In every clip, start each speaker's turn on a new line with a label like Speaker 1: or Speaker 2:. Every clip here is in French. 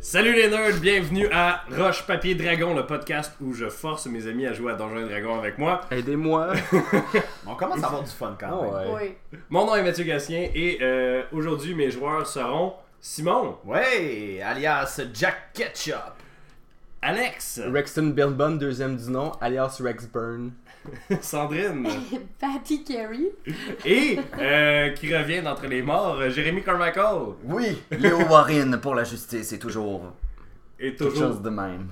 Speaker 1: Salut les nerds, bienvenue à Roche Papier Dragon, le podcast où je force mes amis à jouer à Donjons et Dragons avec moi.
Speaker 2: Aidez-moi.
Speaker 3: On commence à avoir du fun quand même.
Speaker 2: Ah ouais.
Speaker 4: Oui.
Speaker 1: Mon nom est Mathieu Gassien et euh, aujourd'hui mes joueurs seront Simon,
Speaker 3: Ouais, alias Jack Ketchup.
Speaker 1: Alex,
Speaker 2: Rexton Billbun, deuxième du nom, alias Rex Burn.
Speaker 1: Sandrine
Speaker 4: Patty Carey.
Speaker 1: et euh, qui revient d'entre les morts, Jérémy Carmichael.
Speaker 5: Oui, Léo Warren pour la justice est toujours
Speaker 1: Et
Speaker 5: quelque
Speaker 1: toujours,
Speaker 5: chose de même.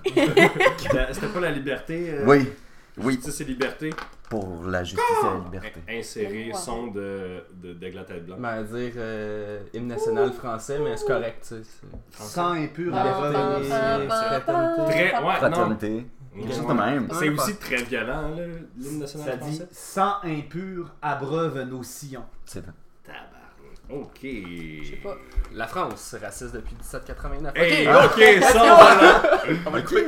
Speaker 1: la- c'était pas la liberté. euh,
Speaker 5: Oui, oui,
Speaker 1: Justice et liberté.
Speaker 5: pour la justice et la liberté.
Speaker 1: Insérer
Speaker 4: Léo Warren.
Speaker 1: son de, de, de la tête blanche.
Speaker 2: Ben, à dire euh, hymne national français, mais c'est correct, tu sais. c'est-
Speaker 3: Sang impur
Speaker 4: Bam,
Speaker 3: et
Speaker 4: bam,
Speaker 3: revenez.
Speaker 4: bam, bam, bam.
Speaker 1: Très, ouais, Ah! non.
Speaker 5: Fraternité, quelque chose de
Speaker 1: Ouais. Ah!
Speaker 5: même.
Speaker 1: C'est aussi très violent, là, l'hymne national
Speaker 3: Ça
Speaker 1: français.
Speaker 3: dit sang impur abreuve nos sillons.
Speaker 5: C'est
Speaker 1: Tabarnak. Ok.
Speaker 4: Je sais pas.
Speaker 2: La France, c'est raciste depuis 1789.
Speaker 1: Hey,
Speaker 2: Ok.
Speaker 1: ok, ça voilà.
Speaker 2: On va le couper.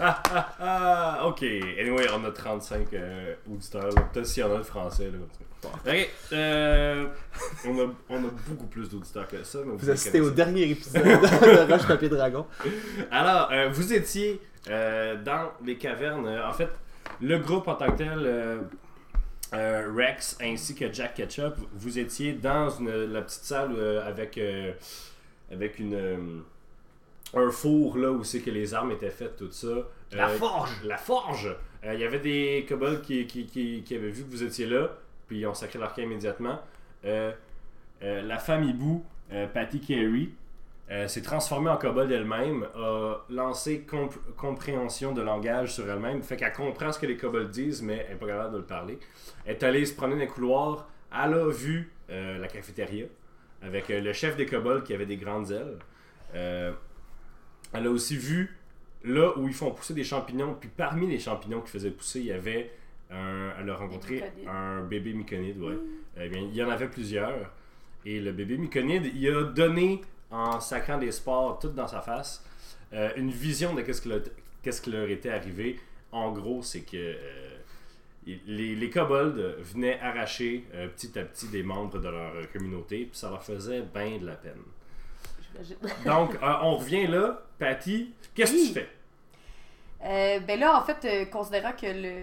Speaker 1: Ah, ok. Anyway, on a 35 euh, auditeurs. là. Peut-être s'il y en a de français. Là. Ok. euh, on, a, on a beaucoup plus d'auditeurs que ça. mais
Speaker 2: Vous assistez au
Speaker 1: connaissez.
Speaker 2: dernier épisode de Roche Papier Dragon.
Speaker 1: Alors, euh, vous étiez euh, dans les cavernes. Euh, En fait, le groupe en tant que tel, euh, euh, Rex ainsi que Jack Ketchup, vous étiez dans une- la petite salle euh, avec, euh, avec une, euh, un four là, où c'est que les armes étaient faites, tout ça.
Speaker 3: La
Speaker 1: Euh,
Speaker 3: forge.
Speaker 1: la forge. Euh, Il y avait des kobolds qui, qui, qui, qui avaient vu que vous étiez là, puis ils ont sacré leur camp immédiatement. Euh, euh, la femme hibou, euh, Patty Carey, euh, s'est transformée en kobold elle-même, a lancé comp- compréhension de langage sur elle-même, fait qu'elle comprend ce que les kobolds disent, mais elle n'est pas capable de le parler. Elle est allée se promener dans les couloirs, elle a vu euh, la cafétéria, avec euh, le chef des kobolds qui avait des grandes ailes. Euh, elle a aussi vu là où ils font pousser des champignons, puis parmi les champignons qu'ils faisaient pousser, il y avait un, elle a rencontré
Speaker 4: myconides.
Speaker 1: un bébé myconide. Ouais. Eh bien, il y en avait plusieurs. Et le bébé myconide, il a donné, en sacrant des spores tout dans sa face, euh, une vision de qu'est-ce qui, leur- qu'est-ce qui leur était arrivé. En gros, c'est que euh, il- les, les kobolds venaient arracher euh, petit à petit des membres de leur euh, communauté, puis ça leur faisait bien de la peine.
Speaker 4: j'imagine.
Speaker 1: Donc, euh, on revient là. Patty, qu'est-ce que
Speaker 4: Oui.
Speaker 1: tu fais?
Speaker 4: Euh, ben là, en fait, euh, considérant que le,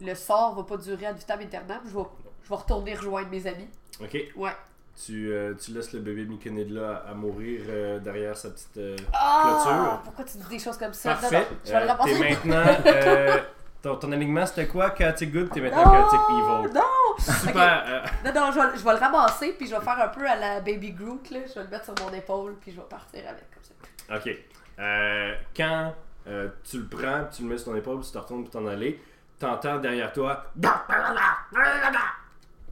Speaker 4: le sort va pas durer ad vitam aeternam, je vais, je vais retourner rejoindre mes amis.
Speaker 1: Ok,
Speaker 4: Ouais.
Speaker 1: tu, euh, tu laisses le bébé myconide là à, à mourir euh, derrière sa petite... euh, Clôture.
Speaker 4: Ah! Pourquoi tu dis des choses comme Ah, ça? Non,
Speaker 1: Parfait.
Speaker 4: non, je vais
Speaker 1: Euh,
Speaker 4: le
Speaker 1: t'es
Speaker 4: ramasser.
Speaker 1: maintenant. euh, ton, ton alignement, c'était quoi? Chaotic Good, t'es maintenant
Speaker 4: Non,
Speaker 1: Chaotic Evil.
Speaker 4: Oh, non,
Speaker 1: Super. euh,
Speaker 4: non, non, je vais, je vais le ramasser, puis je vais faire un peu à la Baby Groot, là. Je vais le mettre sur mon épaule, puis je vais partir avec, comme ça.
Speaker 1: ok. Euh, quand euh, tu le prends, tu le mets sur ton épaule, tu te retournes pour t'en aller, t'entends derrière toi.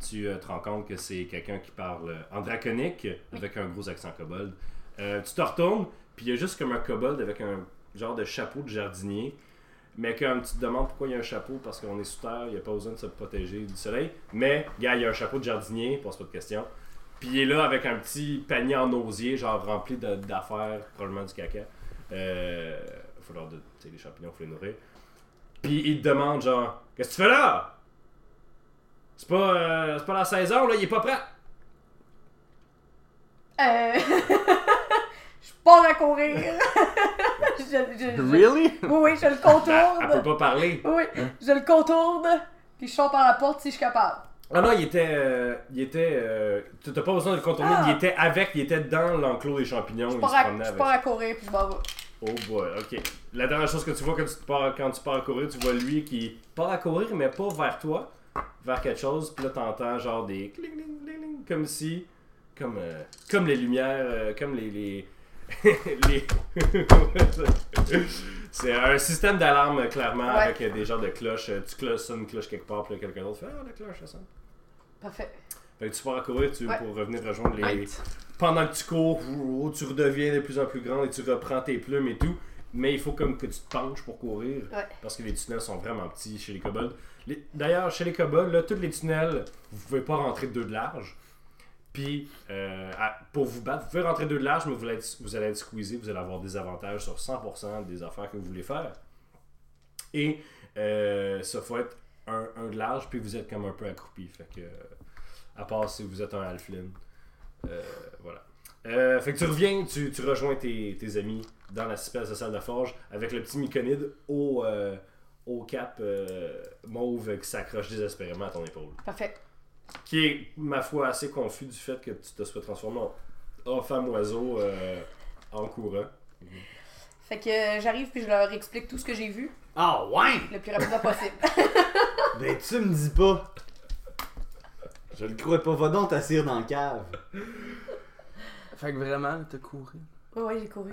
Speaker 1: Tu euh, te rends compte que c'est quelqu'un qui parle euh, en draconique avec un gros accent kobold. Euh, tu te retournes, puis il y a juste comme un kobold avec un genre de chapeau de jardinier. Mais comme tu te demandes pourquoi il y a un chapeau, parce qu'on est sous terre, il n'y a pas besoin de se protéger du soleil. Mais, gars, il y a un chapeau de jardinier, pose pas de question. Puis il est là avec un petit panier en osier, genre rempli de- d'affaires, probablement du caca. Euh, faut leur de, tu sais, les champignons, faut les nourrir. Puis il te demande, genre, qu'est-ce que tu fais là? C'est pas, euh, c'est pas la saison, là, il est pas prêt.
Speaker 4: Euh... je pars à courir. je, je- je-
Speaker 2: Really?
Speaker 4: Oui, oui, je
Speaker 1: Elle,
Speaker 4: le
Speaker 1: elle peut
Speaker 4: contourne.
Speaker 1: pas parler.
Speaker 4: Oui, je le contourne. Puis je sors par la porte si je suis capable.
Speaker 1: Ah non, il était. euh, il était. euh, tu- T'as pas besoin de le contourner,
Speaker 4: Ah.
Speaker 1: il était avec, il était dans l'enclos des champignons,
Speaker 4: Je
Speaker 1: il se
Speaker 4: pars à,
Speaker 1: promenait
Speaker 4: je
Speaker 1: avec.
Speaker 4: pars à courir puis je m'en vais.
Speaker 1: Oh boy, ok. La dernière chose que tu vois quand tu, te pars, quand tu pars à courir, tu vois lui qui part à courir, mais pas vers toi, vers quelque chose, puis là t'entends genre des cling, cling, cling, cling, comme si, comme, euh, comme les lumières, euh, comme les. les... les- c'est un système d'alarme clairement
Speaker 4: Ouais.
Speaker 1: avec euh, des genres de cloches. Euh, Tu cloches, sonnes une cloche quelque part, puis là, quelqu'un d'autre fait Ah, la cloche, ça sonne.
Speaker 4: Parfait.
Speaker 1: Fait que Ben, tu pars à courir tu,
Speaker 4: Ouais.
Speaker 1: pour revenir rejoindre les.
Speaker 2: Right.
Speaker 1: Pendant que tu cours, ou- ou tu redeviens de plus en plus grand et tu reprends tes plumes et tout. Mais il faut comme que tu te penches pour courir.
Speaker 4: Ouais.
Speaker 1: Parce que les tunnels sont vraiment petits chez les kobolds. Les- D'ailleurs, chez les kobolds, là, tous les tunnels, vous pouvez pas rentrer deux de large. Puis, euh, à- pour vous battre, vous pouvez rentrer deux de large, mais vous allez, être, vous allez être squeezé, vous allez avoir des avantages sur 100% des affaires que vous voulez faire. Et euh, ça faut être un, un de large, puis vous êtes comme un peu accroupi. Fait que, à part si vous êtes un halfling. Euh, voilà. Euh, fait que tu reviens, tu, tu rejoins tes, tes amis dans la espèce de salle de forge avec le petit myconide au, euh, au cap euh, mauve qui s'accroche désespérément à ton épaule.
Speaker 4: Parfait.
Speaker 1: Qui est, ma foi, assez confus du fait que tu te sois transformé en, en femme oiseau euh, en courant.
Speaker 4: Fait que euh, j'arrive puis je leur explique tout ce que j'ai vu
Speaker 3: Ah ouais!
Speaker 4: le plus rapidement possible.
Speaker 3: Ben tu me dis pas! Je le crois pas, va donc t'assire dans le cave.
Speaker 2: Fait que vraiment, t'as couru.
Speaker 4: ouais, ouais, j'ai couru.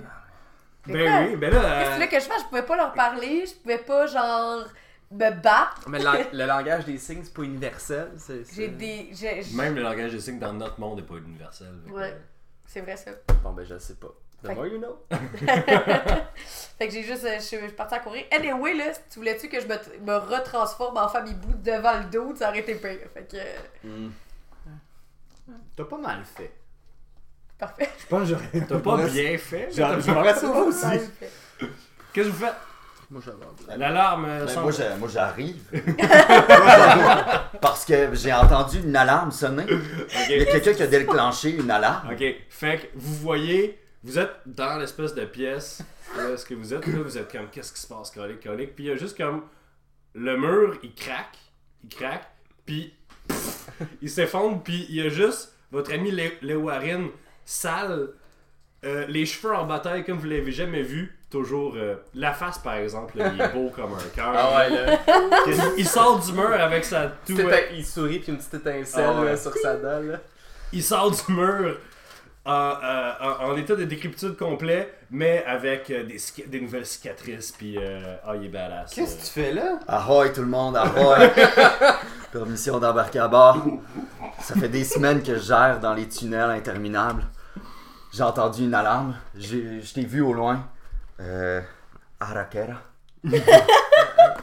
Speaker 4: Mais quoi?
Speaker 1: Ben oui, ben là.
Speaker 4: Qu'est-ce que tu
Speaker 3: euh,
Speaker 4: voulais que je fasse? Je pouvais pas leur parler, je pouvais pas, genre, me battre.
Speaker 2: Mais la- le langage des signes, c'est pas universel. c'est- c'est-
Speaker 4: J'ai des. j'ai- j'ai-
Speaker 1: Euh, Même le langage des signes dans notre monde n'est pas universel. Fait que-
Speaker 4: Ouais. C'est vrai ça.
Speaker 2: Bon, ben, je sais pas. The
Speaker 4: Fait-
Speaker 2: more you know.
Speaker 4: Fait que j'ai juste. euh, Je suis je suis partie à courir. Anyway, là, si tu voulais-tu que je me, me retransforme en famille bout devant le dos, ça aurait été pire. Fait que. euh,
Speaker 3: T'as pas mal fait.
Speaker 4: Parfait.
Speaker 3: Je pense que j'aurais.
Speaker 1: T'as pas bien fait. mais
Speaker 3: J'aurais-
Speaker 1: t'as-
Speaker 3: Je m'aurais sauvé aussi.
Speaker 4: Ouais, fait-
Speaker 1: Qu'est-ce que vous faites
Speaker 2: Moi, j'avais
Speaker 1: L'alarme euh,
Speaker 5: Ben,
Speaker 1: semble-
Speaker 5: moi, j'a- moi, j'arrive. J'arrive. Parce que j'ai entendu une alarme sonner. Il y a
Speaker 1: Ok.
Speaker 5: quelqu'un qui a déclenché une alarme.
Speaker 1: ok. Fait que vous voyez, vous êtes dans l'espèce de pièce où est-ce que vous êtes. Là, vous êtes comme, qu'est-ce qui se passe, colique, colique. Puis il y a juste comme, le mur, il craque, il craque, puis pff, il s'effondre, puis il y a juste votre ami Le- Lewarin, sale, euh, les cheveux en bataille comme vous l'avez jamais vu. Toujours euh, la face, par exemple, là, il est beau comme un cœur.
Speaker 2: Ah ouais, là.
Speaker 1: Il sort du mur avec sa toux.
Speaker 2: Petite étin- Il sourit, puis une petite étincelle
Speaker 1: Ah ouais.
Speaker 2: là, sur sa dent, là.
Speaker 1: Il sort du mur en, euh, en- en état de décrépitude complet, mais avec euh, des, cica- des nouvelles cicatrices, puis euh, ah, il est badass.
Speaker 3: Qu'est-ce que tu fais là?
Speaker 5: Ahoy tout le monde, ahoy! Permission d'embarquer à bord. Ça fait des semaines que je gère dans les tunnels interminables. J'ai entendu une alarme. J'ai- Je t'ai vu au loin. Euh, Arakera.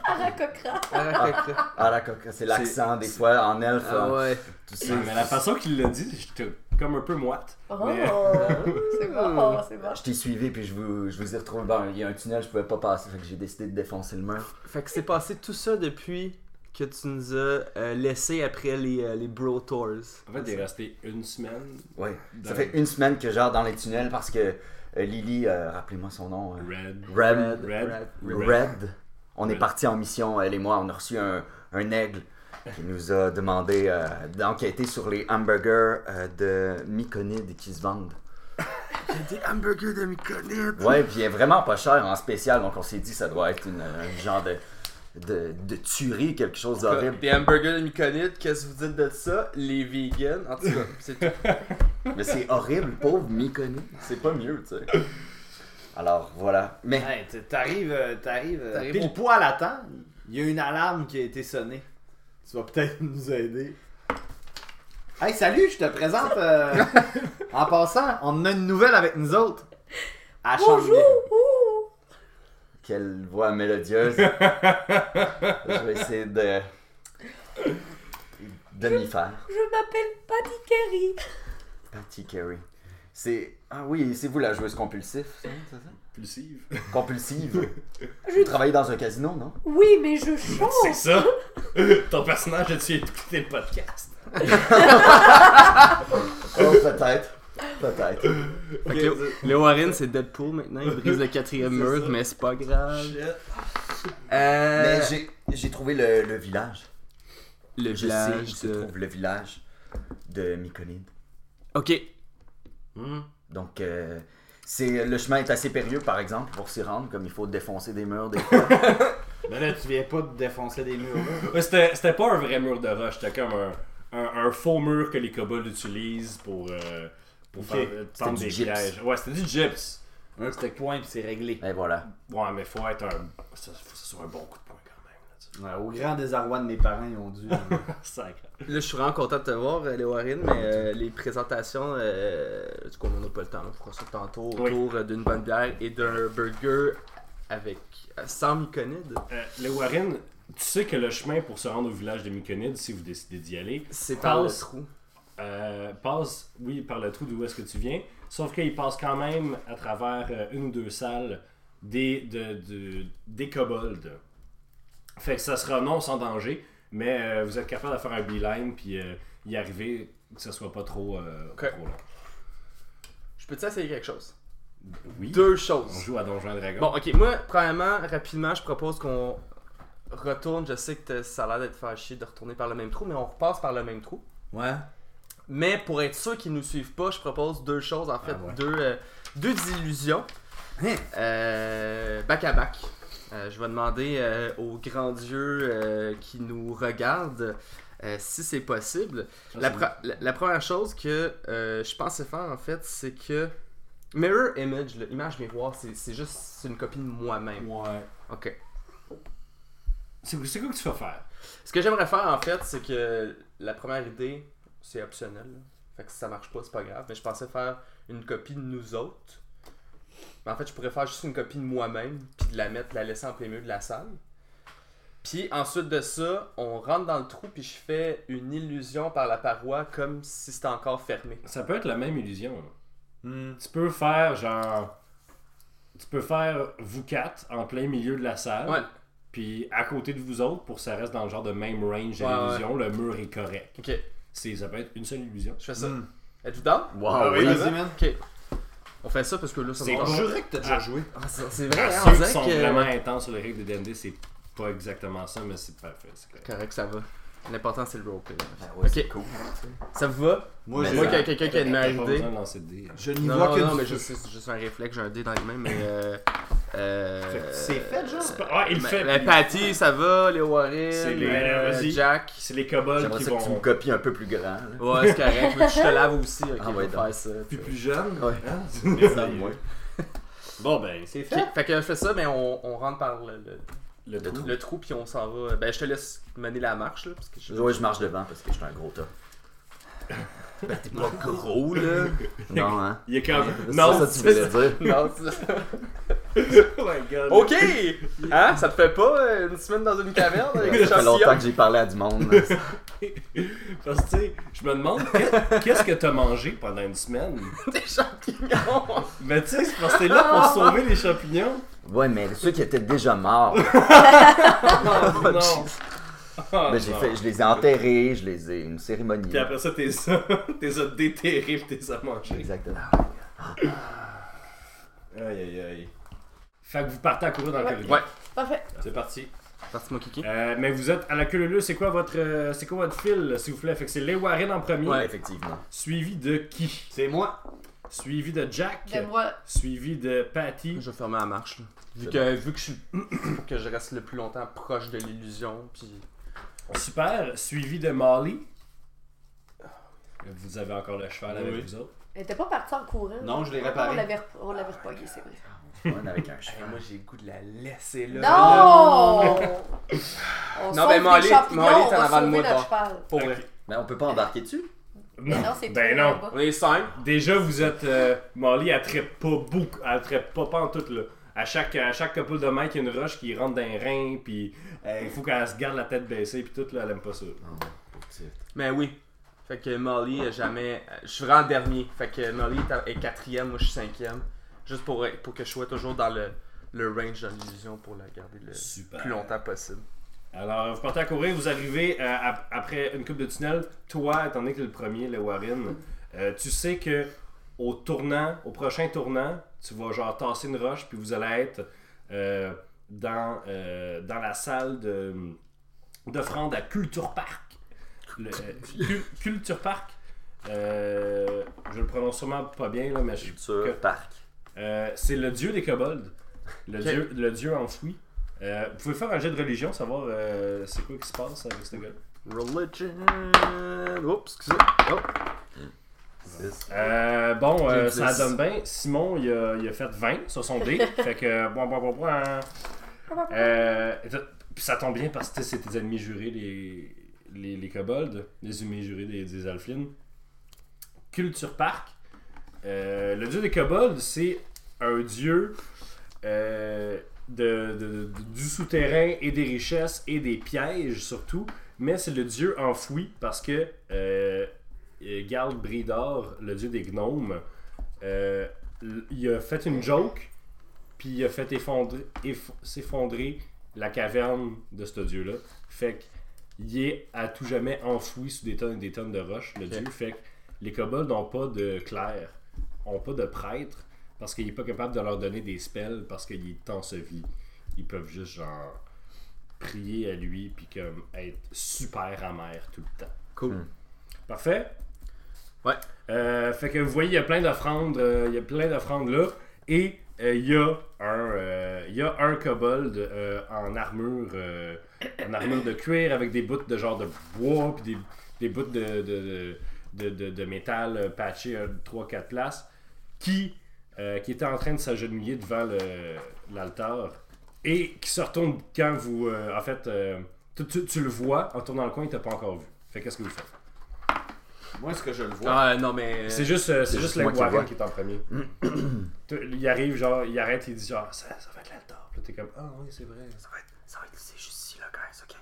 Speaker 4: Paracocra.
Speaker 2: Ah
Speaker 5: Arakera, c'est l'accent des fois en elfe. hein.
Speaker 2: ouais.
Speaker 5: Tu
Speaker 1: Euh,
Speaker 5: sais,
Speaker 1: mais la façon qu'il l'a dit, j'étais comme un peu moite.
Speaker 4: Oh!
Speaker 1: Mais- Ah.
Speaker 4: C'est bon, c'est bon.
Speaker 5: Je t'ai suivi puis je vous, je vous ai retrouvé. Bon, il y a un tunnel, je pouvais pas passer. Fait que j'ai décidé de défoncer le mur.
Speaker 2: Fait que c'est passé tout ça depuis que tu nous as euh, laissé après les, euh, les Bro Tours.
Speaker 1: En fait, il est resté une semaine.
Speaker 5: Ouais. Ça
Speaker 1: Dans-
Speaker 5: fait une semaine que je gère dans les tunnels parce que euh, Lily, euh, rappelez-moi son nom. euh,
Speaker 1: Red.
Speaker 5: Rem-
Speaker 1: Red.
Speaker 2: Red.
Speaker 5: Red. On est
Speaker 1: Red.
Speaker 5: parti en mission, elle et moi. On a reçu un, un aigle qui nous a demandé euh, d'enquêter sur les hamburgers euh, de Myconide qui se vendent.
Speaker 2: Des hamburgers de Myconide.
Speaker 5: Ouais, puis il est vraiment pas cher en spécial, donc on s'est dit ça doit être une, un genre de, de, de tuerie, quelque chose d'horrible.
Speaker 2: Des hamburgers de Myconide, qu'est-ce que vous dites de ça? Les vegans, en tout cas, c'est tout.
Speaker 5: Mais c'est horrible, pauvre Myconide. C'est pas mieux, tu sais. Alors voilà. Mais
Speaker 3: Hey, t- t'arrives, euh, t'arrives, euh,
Speaker 2: T'arrives
Speaker 3: pile
Speaker 2: au-
Speaker 3: poil à temps. Il y a une alarme qui a été sonnée. Tu vas peut-être nous aider. Hey, salut, je te présente. euh, en passant, on a une nouvelle avec nous autres. À
Speaker 4: Bonjour!
Speaker 3: Shanghai.
Speaker 4: ouh.
Speaker 5: quelle voix mélodieuse. Je vais essayer de. de m'y faire.
Speaker 4: Je m'appelle Patty Kerry.
Speaker 5: Patty Carey. C'est. Ah oui, c'est vous la joueuse compulsive, c'est ça?
Speaker 1: Pulsive.
Speaker 5: Compulsive.
Speaker 4: Je-
Speaker 5: Vous travaillez dans un casino, non?
Speaker 4: Oui, mais je
Speaker 1: C'est
Speaker 3: Oh!
Speaker 4: chante.
Speaker 1: ça. Ton personnage, as-tu écouté le podcast?
Speaker 5: Oh, peut-être. Peut-être.
Speaker 2: Euh, Fait que Léo- Léo Warren, c'est Deadpool maintenant, il brise le quatrième mur, mais c'est pas grave.
Speaker 1: Shit.
Speaker 2: Euh,
Speaker 5: Mais j'ai- j'ai trouvé le, le village.
Speaker 2: le
Speaker 5: Je sais où
Speaker 2: village
Speaker 5: se
Speaker 2: de...
Speaker 5: trouve le village de Myconide.
Speaker 2: Ok,
Speaker 5: Donc, euh, c'est le chemin est assez périlleux, par exemple, pour s'y rendre, comme il faut défoncer des murs des fois.
Speaker 3: Ben là, tu viens pas de défoncer des murs. là.
Speaker 1: Ouais, C'était c'était pas un vrai mur de roche, c'était comme un, un- un faux mur que les kobolds utilisent pour, euh, pour
Speaker 3: Ok.
Speaker 1: faire euh, tendre
Speaker 5: du
Speaker 1: des
Speaker 5: gyps.
Speaker 1: pièges. Ouais, c'était du gyps.
Speaker 3: Un coup de poing, puis c'est réglé.
Speaker 5: Et voilà.
Speaker 1: Ouais, mais faut être un. ça- Faut que ce soit un bon coup de poing quand même. là, tu
Speaker 3: Ouais, au grand désarroi de mes parents, ils ont dû. euh,
Speaker 1: sais. Sacre.
Speaker 2: là je suis vraiment content de te voir, euh, Léo Warren, mais euh, les présentations, euh, du coup on n'a pas le temps, là, on fera ça tantôt,
Speaker 1: Oui.
Speaker 2: autour euh, d'une bonne bière et d'un burger avec... euh, sans Myconide.
Speaker 1: Euh, le Warren, tu sais que le chemin pour se rendre au village de Myconide, si vous décidez d'y aller,
Speaker 2: C'est par le
Speaker 1: Passe.
Speaker 2: trou.
Speaker 1: euh, passe, oui, par le trou d'où est-ce que tu viens, sauf qu'il passe quand même à travers euh, une ou deux salles des, de, de- des kobolds. Fait que ça sera non sans danger, mais euh, vous êtes capable de faire un beeline puis euh, y arriver que ce soit pas trop, euh,
Speaker 2: Ok.
Speaker 1: trop long.
Speaker 5: Je
Speaker 2: peux-tu essayer quelque chose?
Speaker 1: Oui.
Speaker 2: Deux
Speaker 1: On
Speaker 2: choses.
Speaker 1: joue à Donjons et Dragons.
Speaker 2: Bon, ok, moi, premièrement, rapidement, je propose qu'on retourne. Je sais que t'as- ça a l'air d'être fâché de retourner par le même trou, mais on repasse par le même trou.
Speaker 5: Ouais.
Speaker 2: Mais pour être sûr qu'ils nous suivent pas, je propose deux choses, en fait,
Speaker 1: Ah ouais.
Speaker 2: deux, euh, deux illusions.
Speaker 5: Hein?
Speaker 2: Euh, back à back. Euh, je vais demander euh, au grand Dieu euh, qui nous regarde euh, si c'est possible.
Speaker 1: Ça,
Speaker 2: La,
Speaker 1: c'est-
Speaker 2: pre- la- la première chose que euh, je pensais faire, en fait, c'est que Mirror Image, là, image miroir, c'est c'est juste c'est une copie de moi-même.
Speaker 1: Ouais.
Speaker 2: Ok.
Speaker 1: C'est c'est quoi que tu vas faire?
Speaker 2: Ce que j'aimerais faire en fait, c'est que la première idée, c'est optionnel. là. Fait que si ça marche pas, c'est pas grave. Mais je pensais faire une copie de nous autres. Mais en fait, je pourrais faire juste une copie de moi-même, puis de la mettre, la laisser en plein milieu de la salle. Puis ensuite de ça, on rentre dans le trou, puis je fais une illusion par la paroi comme si c'était encore fermé.
Speaker 1: Ça peut être la même illusion. là.
Speaker 2: Hmm.
Speaker 1: Tu peux faire genre. Tu peux faire vous quatre en plein milieu de la salle.
Speaker 2: Ouais,
Speaker 1: Puis à côté de vous autres, pour que ça reste dans le genre de même range de
Speaker 2: Ouais, ouais.
Speaker 1: l'illusion, le mur est correct.
Speaker 2: ok,
Speaker 1: C'est, ça peut être une seule illusion.
Speaker 2: je fais ça.
Speaker 5: Mm.
Speaker 2: Êtes-vous down?
Speaker 5: Wow,
Speaker 3: Ah oui,
Speaker 5: oui. hein?
Speaker 3: vas-y, man.
Speaker 2: Ok. On fait ça parce que là, ça
Speaker 1: C'est
Speaker 2: va-
Speaker 1: bon.
Speaker 5: Juré que t'as déjà joué.
Speaker 2: Ah, c'est c'est
Speaker 1: Ah,
Speaker 2: vrai, hein, on
Speaker 1: ceux qui
Speaker 2: dirait
Speaker 1: sont
Speaker 2: que-
Speaker 1: vraiment intenses sur les règles de D&D, c'est pas exactement ça, mais c'est parfait. c'est correct.
Speaker 2: Correct, ça va. L'important, c'est le roleplay.
Speaker 5: Ben ouais,
Speaker 2: c'est
Speaker 5: cool.
Speaker 2: Ça vous va? Ben,
Speaker 3: Moi,
Speaker 5: Mais
Speaker 2: Moi,
Speaker 5: ça-
Speaker 2: qu'il y a quelqu'un qui a une
Speaker 1: T'as pas
Speaker 2: meilleure idée.
Speaker 1: besoin de lancer de dés.
Speaker 3: je n'y
Speaker 2: Non,
Speaker 3: vois
Speaker 2: non,
Speaker 3: que
Speaker 2: non,
Speaker 3: du
Speaker 2: mais
Speaker 3: feu.
Speaker 2: juste, c'est juste un réflexe, j'ai un dé dans les mains, mais. Euh,
Speaker 1: Fait
Speaker 2: euh,
Speaker 1: que
Speaker 3: C'est fait, genre.
Speaker 1: C'est pas- Ah, il
Speaker 2: mais-
Speaker 1: fait.
Speaker 2: mais ben, Patty, ça va, les Warren,
Speaker 1: C'est les- Ben,
Speaker 2: euh,
Speaker 1: vas-y.
Speaker 2: Jack.
Speaker 1: C'est les kobolds
Speaker 5: J'aimerais
Speaker 1: qui
Speaker 5: ça que tu me
Speaker 1: vont.
Speaker 5: copies un peu plus grand. là.
Speaker 2: Ouais, c'est correct. mais je te lave aussi, ok,
Speaker 5: Ah,
Speaker 2: on va
Speaker 5: ouais, donc.
Speaker 2: faire ça.
Speaker 1: Puis plus jeunes.
Speaker 5: Ouais.
Speaker 1: hein?
Speaker 5: Ça, moi.
Speaker 1: Bon, ben,
Speaker 3: C'est fait.
Speaker 2: Ok, fait que je fais ça, mais on, on rentre par le, le,
Speaker 1: le
Speaker 2: le
Speaker 1: trou.
Speaker 2: trou. puis on s'en va. Ben, je te laisse mener la marche, là. Parce que je...
Speaker 5: Ouais, je marche devant parce que je suis un gros tas. Ben, t'es pas gros, là. Non, hein.
Speaker 1: Il est comme.
Speaker 5: C'est
Speaker 1: Non,
Speaker 5: ça, ça, tu voulais dire.
Speaker 2: Non, c'est-
Speaker 1: Oh my god.
Speaker 2: Ok! Hein? Ça te fait pas euh, une semaine dans une caverne avec des
Speaker 5: Ça fait
Speaker 2: champignons?
Speaker 5: longtemps que j'ai parlé à du monde. là.
Speaker 1: Parce que, tu sais, je me demande qu'est- qu'est-ce que t'as mangé pendant une semaine.
Speaker 2: Des champignons!
Speaker 1: Mais tu sais, c'est parce que t'es là pour sauver les champignons.
Speaker 5: Ouais, mais ceux qui étaient déjà morts,
Speaker 1: Non, non. Ah,
Speaker 5: ben, j'ai
Speaker 1: non.
Speaker 5: fait, je les ai enterrés, je les ai. Une cérémonie.
Speaker 1: Puis après ça, t'es ça, t'es ça déterré pis t'es ça mangé.
Speaker 5: Exactement.
Speaker 1: Aïe aïe aïe. Fait que vous partez à courir dans le
Speaker 4: Ouais.
Speaker 1: corridor.
Speaker 2: Ouais.
Speaker 4: Parfait.
Speaker 1: C'est parti.
Speaker 2: Parti mon kiki.
Speaker 1: Euh, mais vous êtes à la queue leu leu, c'est quoi votre euh, c'est quoi votre fil s'il vous plaît Fait que c'est les Warren en premier,
Speaker 5: Ouais, effectivement.
Speaker 1: suivi de qui
Speaker 3: C'est moi.
Speaker 1: Suivi de Jack,
Speaker 4: De Ben, moi.
Speaker 1: suivi de Patty.
Speaker 2: Je vais fermer la marche. là. Vu,
Speaker 5: C'est
Speaker 2: que, vu que je suis- que je reste le plus longtemps proche de l'illusion, puis
Speaker 1: Super, suivi de Molly. Vous avez encore le cheval avec
Speaker 3: Oui.
Speaker 1: vous autres.
Speaker 4: Elle était pas partie en courant.
Speaker 3: Non, je l'ai
Speaker 4: Ah, On
Speaker 3: réparé.
Speaker 4: l'avait rep- on l'avait repogué, c'est vrai.
Speaker 5: On avec un
Speaker 2: Hey,
Speaker 5: cheval.
Speaker 2: moi j'ai le goût de la laisser là.
Speaker 4: Non! On
Speaker 2: Non,
Speaker 4: sauve
Speaker 2: ben,
Speaker 4: des
Speaker 2: Molly-
Speaker 4: champignons,
Speaker 2: Molly
Speaker 4: on
Speaker 2: est en
Speaker 4: va
Speaker 2: avant de
Speaker 4: sauver
Speaker 2: moi,
Speaker 4: notre
Speaker 2: toi.
Speaker 4: cheval.
Speaker 2: Pour vrai.
Speaker 1: Ok.
Speaker 5: Ben, on peut pas embarquer dessus?
Speaker 4: Non, c'est
Speaker 1: ben
Speaker 4: tout
Speaker 1: non.
Speaker 4: là-bas.
Speaker 2: On est cinq.
Speaker 1: Déjà, vous êtes. euh, Molly, elle traite pas beaucoup. Elle traite pas, pas en tout, là. À chaque, à chaque couple de mecs, il y a une roche qui rentre dans les reins, puis euh, il faut qu'elle se garde la tête baissée, puis tout, là, elle aime pas ça.
Speaker 2: Mais Ben oui. Fait que Molly, euh, jamais. euh, Je suis vraiment dernier. Fait que Molly est à- est quatrième, moi je suis cinquième. Juste pour, euh, pour que je sois toujours dans le, le range de l'illusion pour la garder le
Speaker 1: Super.
Speaker 2: plus longtemps possible.
Speaker 1: Alors, vous partez à courir, vous arrivez euh, ap- après une coupe de tunnel. Toi, étant donné que t'es le premier, le Warren, euh, tu sais que au tournant, au prochain tournant, tu vas genre tasser une roche, puis vous allez être euh, dans, euh, dans la salle de d'offrande à Culture Park. Le- euh, Cul- Culture Park. Euh, je le prononce sûrement pas bien, là, mais je-
Speaker 5: Sur
Speaker 1: que-
Speaker 5: parc.
Speaker 1: euh, c'est le dieu des kobolds. Le,
Speaker 2: Ok.
Speaker 1: dieu, le dieu enfoui. Euh, vous pouvez faire un jet de religion, savoir euh, c'est quoi qui se passe avec ce gars
Speaker 2: Religion. Oups, excusez. Oh.
Speaker 1: euh, Bon, euh,
Speaker 2: J'ai
Speaker 1: ça
Speaker 2: dix.
Speaker 1: donne bien. Simon, il a, il a fait 20 sur son dé. fait que, bon, bon, bon, bon. hein. Euh, puis ça tombe bien parce que tu sais, c'est tes ennemis jurés, les, les, les kobolds, les ennemis jurés des, des alflines. Culture Park. Euh, le dieu des kobolds, c'est un dieu euh, de, de- de- du souterrain et des richesses et des pièges surtout, mais c'est le dieu enfoui parce que euh, euh, Garl Bridor, le dieu des gnomes, euh, l- il a fait une joke, puis il a fait effondrer, eff- s'effondrer la caverne de ce dieu-là. Fait qu'il est à tout jamais enfoui sous des tonnes et des tonnes de roches, le
Speaker 2: Ok.
Speaker 1: dieu. Fait que les kobolds n'ont pas de clair. ont pas de prêtre parce qu'il est pas capable de leur donner des spells parce qu'il est enseveli. Ils peuvent juste genre prier à lui puis comme être super amer tout le temps.
Speaker 2: Cool.
Speaker 5: Hmm.
Speaker 1: Parfait.
Speaker 2: Ouais.
Speaker 1: Euh, fait que vous voyez, il y a plein d'offrandes, euh, il y a plein d'offrandes là, et euh, il y a un, euh, il y a un kobold euh, en armure, euh, en armure de cuir avec des bouts de genre de bois puis des, des bouts de de, de, de, de- de métal euh, patché 3-4 places, qui euh, qui était en train de s'agenouiller devant le- l'altar et qui se retourne quand vous, euh, en fait, euh, tu, tu- tu le vois en tournant le coin, il t'a pas encore vu. Fait qu'est-ce que vous faites?
Speaker 3: Moi, ce que je le vois.
Speaker 2: Ah, non, mais.
Speaker 1: C'est juste, euh, c'est juste
Speaker 5: juste
Speaker 1: le
Speaker 5: moi qui le
Speaker 1: Warren
Speaker 5: vois.
Speaker 1: qui est en premier. Tu- il arrive, genre, il arrête, il dit genre, ça, ça va être l'altar. Puis là, t'es comme, ah oui, c'est vrai.
Speaker 5: Ça va être, ça va être, c'est juste ici, là, guys, ok?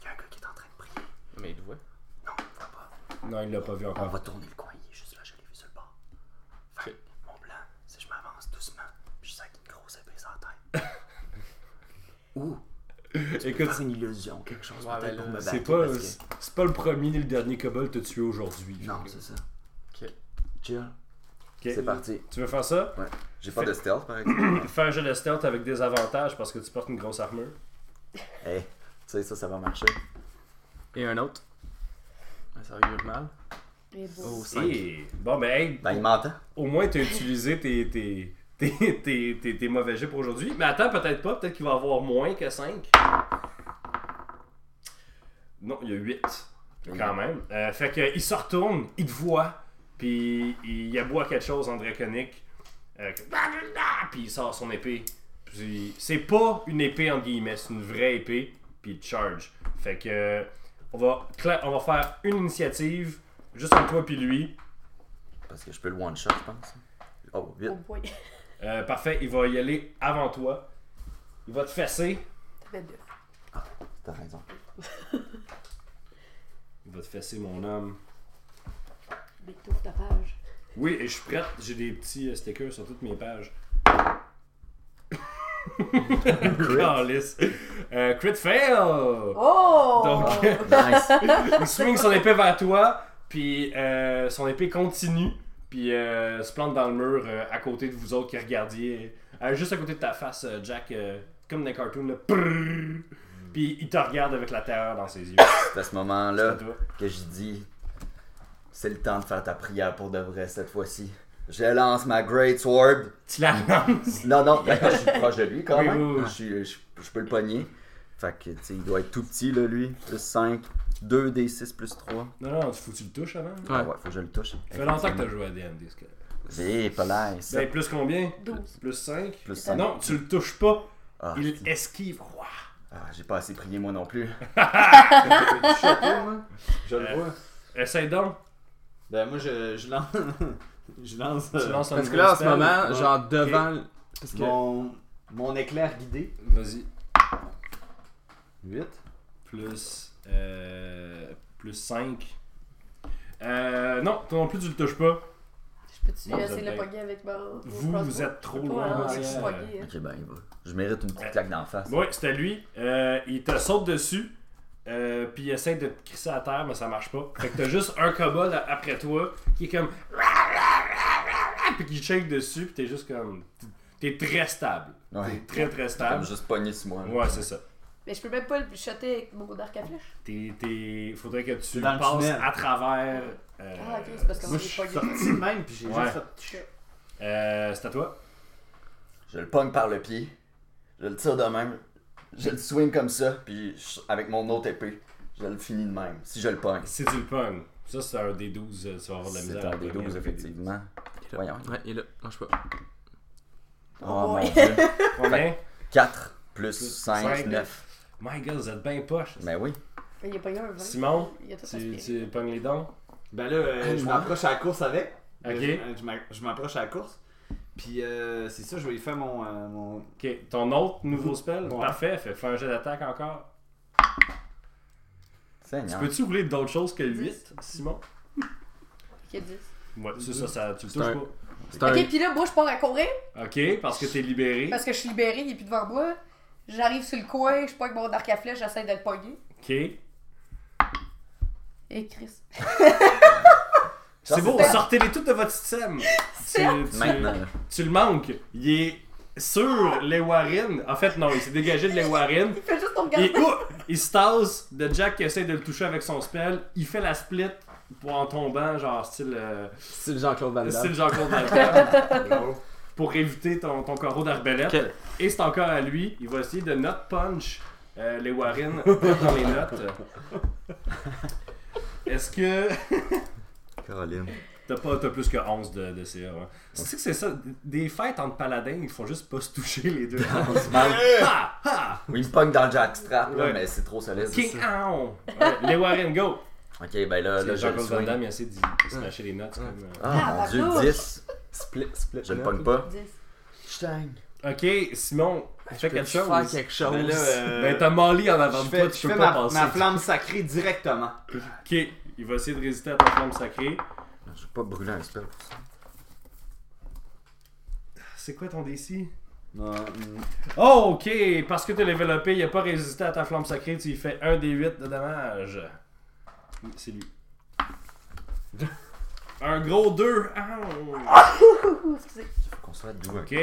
Speaker 5: Il y a un gars qui est en train de prier.
Speaker 2: Mais il le voit.
Speaker 5: Non, on va pas.
Speaker 1: Non, il l'a pas vu
Speaker 5: On
Speaker 1: encore.
Speaker 5: va tourner le coin, il est juste là, je l'ai vu sur le bord. Fait que mon plan, c'est que je m'avance doucement, puis je sac une grosse épée sur la tête. Ou, Ah,
Speaker 1: Écoute,
Speaker 5: faire une illusion, quelque chose,
Speaker 2: Ouais,
Speaker 5: peut-être
Speaker 2: ben
Speaker 5: pour
Speaker 2: là,
Speaker 5: me battre.
Speaker 1: c'est pas,
Speaker 5: parce que-
Speaker 1: c'est pas le premier ni le dernier kobold te tuer aujourd'hui.
Speaker 5: Non, c'est ça.
Speaker 2: Ok.
Speaker 5: Chill.
Speaker 1: Ok.
Speaker 5: C'est parti.
Speaker 1: Tu veux faire ça?
Speaker 5: J'ai
Speaker 1: pas
Speaker 5: pas
Speaker 1: de
Speaker 5: de stealth, par exemple.
Speaker 1: Fais un jeu de stealth avec des avantages parce que tu portes une grosse armure.
Speaker 5: Hey, tu sais, ça, ça va marcher.
Speaker 2: Et un autre. Ah, Ça augure mal.
Speaker 4: Et bon.
Speaker 2: Oh, cinq.
Speaker 1: Et... Bon, ben, hey,
Speaker 5: Ben, il m'entend.
Speaker 1: au moins, t'as utilisé tes, tes, tes, tes, tes- tes mauvais jets pour aujourd'hui. Mais attends, peut-être pas. Peut-être qu'il va avoir moins que 5. Non, il y a 8. Quand même. Euh, fait que, il se retourne, il te voit, puis il aboie quelque chose en draconique. Euh, que- puis il sort son épée. Puis c'est pas une épée en guillemets, c'est une vraie épée. Puis il te charge. Fait que on va, cla- on va faire une initiative juste entre toi puis lui.
Speaker 5: Parce que je peux le one-shot, je pense. Oh, vite.
Speaker 4: Oh boy.
Speaker 1: Euh, parfait, il va y aller avant toi. Il va te fesser.
Speaker 4: Ça fait deux.
Speaker 5: T'as raison.
Speaker 1: Il va te fesser, mon homme.
Speaker 4: Des touffes de page.
Speaker 1: Oui, et je suis prête. J'ai des petits euh, stickers sur toutes mes pages. Calice. Euh, crit fail!
Speaker 4: Oh!
Speaker 1: Donc-
Speaker 5: Nice.
Speaker 1: Il swing son épée vers toi, puis euh, son épée continue, puis euh, se plante dans le mur euh, à côté de vous autres qui regardiez. Euh, juste à côté de ta face, euh, Jack, euh, comme dans les cartoons. là. Prrrr. Puis il te regarde avec la terreur dans ses yeux.
Speaker 5: C'est à ce
Speaker 1: C'est à
Speaker 5: moment-là
Speaker 1: toi.
Speaker 5: que je dis c'est le temps de faire ta prière pour de vrai cette fois-ci. Je lance ma Great Sword.
Speaker 1: Tu la lances.
Speaker 5: Non, non, ben, je suis proche de lui quand
Speaker 1: Oui,
Speaker 5: même.
Speaker 1: oui, oui.
Speaker 5: Je, suis- je- je peux le pogner. Fait que, tu sais, il doit être tout petit, là, lui. Plus 5, 2 des 6 plus 3.
Speaker 1: Non, non, faut que tu le touches avant.
Speaker 5: Ah ouais, faut que je le touche.
Speaker 1: Ça fait longtemps que t'as joué à D&D, ce que...
Speaker 5: Hé, Polaire,
Speaker 1: Ben, plus combien?
Speaker 4: 12.
Speaker 1: Plus 5?
Speaker 5: plus 5.
Speaker 1: Non, tu le touches pas.
Speaker 5: Ah,
Speaker 1: Il esquive. Ouah.
Speaker 5: ah, j'ai pas assez prié, moi non plus.
Speaker 3: Je suis choqué, moi. Je le
Speaker 1: Euh,
Speaker 3: vois.
Speaker 1: Essaye donc.
Speaker 3: Ben, moi, je, je lance. je lance.
Speaker 1: Tu
Speaker 3: euh,
Speaker 1: lances un
Speaker 2: Parce que
Speaker 1: nouveau
Speaker 2: là, en ce
Speaker 1: spell.
Speaker 2: moment,
Speaker 1: Ouais.
Speaker 2: genre devant. le- Parce que.
Speaker 3: mon, mon éclair guidé.
Speaker 1: Vas-y.
Speaker 3: 8.
Speaker 1: Plus... Euh, plus 5. Euh, non, toi non plus, tu le touches pas.
Speaker 4: Je peux-tu
Speaker 1: Non, vous
Speaker 4: essayer
Speaker 1: êtes
Speaker 4: de le
Speaker 1: bien.
Speaker 4: pogner avec ma. mon
Speaker 1: Vous,
Speaker 4: crossbow?
Speaker 1: vous êtes trop
Speaker 4: Ouais,
Speaker 1: loin.
Speaker 4: non, je suis
Speaker 1: euh,
Speaker 4: pognée, hein.
Speaker 5: Ok, ben, il va. Je mérite une petite claque d'en face.
Speaker 1: Ouais, c'était lui. Euh, il te saute dessus. Euh, puis il essaie de te crisser à terre, mais ça marche pas. Fait que t'as juste un kobold a- après toi qui est comme. Puis qui check dessus, puis t'es juste comme. T'es très stable.
Speaker 5: Ouais.
Speaker 1: T'es très très
Speaker 5: Comme
Speaker 1: stable.
Speaker 5: juste pogné sur moi. là.
Speaker 1: Ouais, c'est ça.
Speaker 4: Mais je peux même pas le shotter avec mon arc à flèche.
Speaker 1: T'es, t'es... Faudrait que tu
Speaker 3: Dans le
Speaker 1: passes
Speaker 3: tunnel.
Speaker 1: à travers. euh,
Speaker 4: Ah, ok, c'est parce que
Speaker 3: Moi,
Speaker 4: moi
Speaker 3: je
Speaker 4: j'ai
Speaker 3: suis
Speaker 4: pogné.
Speaker 3: sorti de même, puis j'ai
Speaker 1: Ouais.
Speaker 3: juste fait.
Speaker 4: Shit.
Speaker 1: euh, c'est à toi.
Speaker 5: Je le pogne par le pied, je le tire de même, je le swing comme ça, puis je- avec mon autre épée, je le finis de même, si je le pogne.
Speaker 1: C'est du pong. Ça, c'est un D12. euh, Tu vas avoir de la misère.
Speaker 5: C'est un
Speaker 1: à
Speaker 5: des
Speaker 1: pogner
Speaker 5: 12,
Speaker 1: avec des-
Speaker 2: Il
Speaker 5: effectivement.
Speaker 2: est là.
Speaker 5: Voyons.
Speaker 2: Ouais, il est là. Mange pas.
Speaker 5: Oh
Speaker 4: Ouais.
Speaker 5: mon dieu.
Speaker 1: Combien
Speaker 5: 4 plus
Speaker 1: cinq.
Speaker 5: 5, 9.
Speaker 1: My god, vous êtes bien poche.
Speaker 5: Mais oui.
Speaker 4: Il a pogné un 20.
Speaker 1: Simon,
Speaker 4: il a tout
Speaker 1: Tu,
Speaker 4: aspiré.
Speaker 1: tu pognes les dons
Speaker 3: Ben là, euh,
Speaker 2: Ah,
Speaker 3: je
Speaker 2: moi?
Speaker 3: m'approche à la course avec. Euh,
Speaker 1: Ok.
Speaker 3: Je- Je, m'a- je m'approche à la course. Puis, euh, c'est ça, je vais y faire mon. euh, mon...
Speaker 1: Ok, ton autre nouveau spell,
Speaker 3: Ouais.
Speaker 1: parfait, fait, fais un jet d'attaque encore.
Speaker 5: Seigneur.
Speaker 1: Tu peux-tu rouler d'autres choses que 8, Simon?
Speaker 4: Ok, 10.
Speaker 1: Ouais, c'est ça, ça, tu le
Speaker 2: C'est
Speaker 1: touches
Speaker 2: un- C'est un.
Speaker 4: Ok, puis là, moi je pars à courir
Speaker 1: pas. Ok, parce que t'es libéré.
Speaker 4: parce que je suis libérée, il est plus devant moi. J'arrive sur le coin, je pogne mon arc à flèche, j'essaie de le pogner.
Speaker 1: Ok.
Speaker 4: Et Chris.
Speaker 1: C'est beau,
Speaker 4: c'est-
Speaker 1: sortez-les toutes de votre système. Tu, tu-
Speaker 5: Maintenant. là.
Speaker 1: tu le manques. Il est sur les Warren. En fait, non, il s'est dégagé de les Warren.
Speaker 4: Il fait juste ton
Speaker 1: Il,
Speaker 4: regarder.
Speaker 1: est- Ouh! il se tasse de Jack qui essaie de le toucher avec son spell. Il fait la split pour en tombant, genre style, euh,
Speaker 5: C'est Jean-Claude Van Damme.
Speaker 1: style Jean-Claude Van Damme. pour éviter ton, ton carreau d'arbalète.
Speaker 2: Ok.
Speaker 1: Et c'est encore à lui. Il va essayer de not punch euh, les Warren dans les notes. Est-ce que.
Speaker 5: Caroline.
Speaker 1: T'as pas t'as plus que 11 de, de CA. ouais. C'est que c'est ça. Des fêtes entre paladins, ils font juste pas se toucher les deux. Ah,
Speaker 5: On se manque.
Speaker 1: ha! Ha!
Speaker 5: Oui, il me pogne dans le jackstrap, là,
Speaker 1: Ouais.
Speaker 5: mais c'est trop solide.
Speaker 1: King Aon! les Warren, go!
Speaker 5: Ok, ben
Speaker 1: Parce
Speaker 5: là, là
Speaker 1: que
Speaker 5: je le
Speaker 1: Jean-Claude Van
Speaker 5: swing.
Speaker 1: Damme, il essaie de de se lâcher les notes. c'est comme, euh.
Speaker 5: Ah,
Speaker 4: Ah,
Speaker 5: mon dieu,
Speaker 4: pardon.
Speaker 5: 10.
Speaker 2: Split, split.
Speaker 5: Je le pogne pas.
Speaker 4: 10.
Speaker 5: Stang.
Speaker 1: Ok, Simon, fais quelque chose.
Speaker 2: Faire quelque chose.
Speaker 1: Ben,
Speaker 3: là, euh,
Speaker 1: ben, t'as Molly en avant
Speaker 3: Je
Speaker 1: de
Speaker 3: fais,
Speaker 1: toi,
Speaker 3: je
Speaker 1: tu peux
Speaker 3: fais
Speaker 1: pas
Speaker 3: ma,
Speaker 1: passer.
Speaker 3: ma flamme sacrée directement.
Speaker 1: Ok, il va essayer de résister à ta flamme sacrée.
Speaker 5: J'ai pas brûlé un spell pour ça.
Speaker 1: C'est quoi ton DC?
Speaker 3: Non, mm.
Speaker 1: Oh, ok, parce que t'es développé, il a pas résisté à ta flamme sacrée, tu lui fais 1 des 8 de dommage. Oui, C'est lui. Un gros 2.
Speaker 4: Ouh, excusez.
Speaker 5: Faut qu'on soit doux.
Speaker 1: Ok.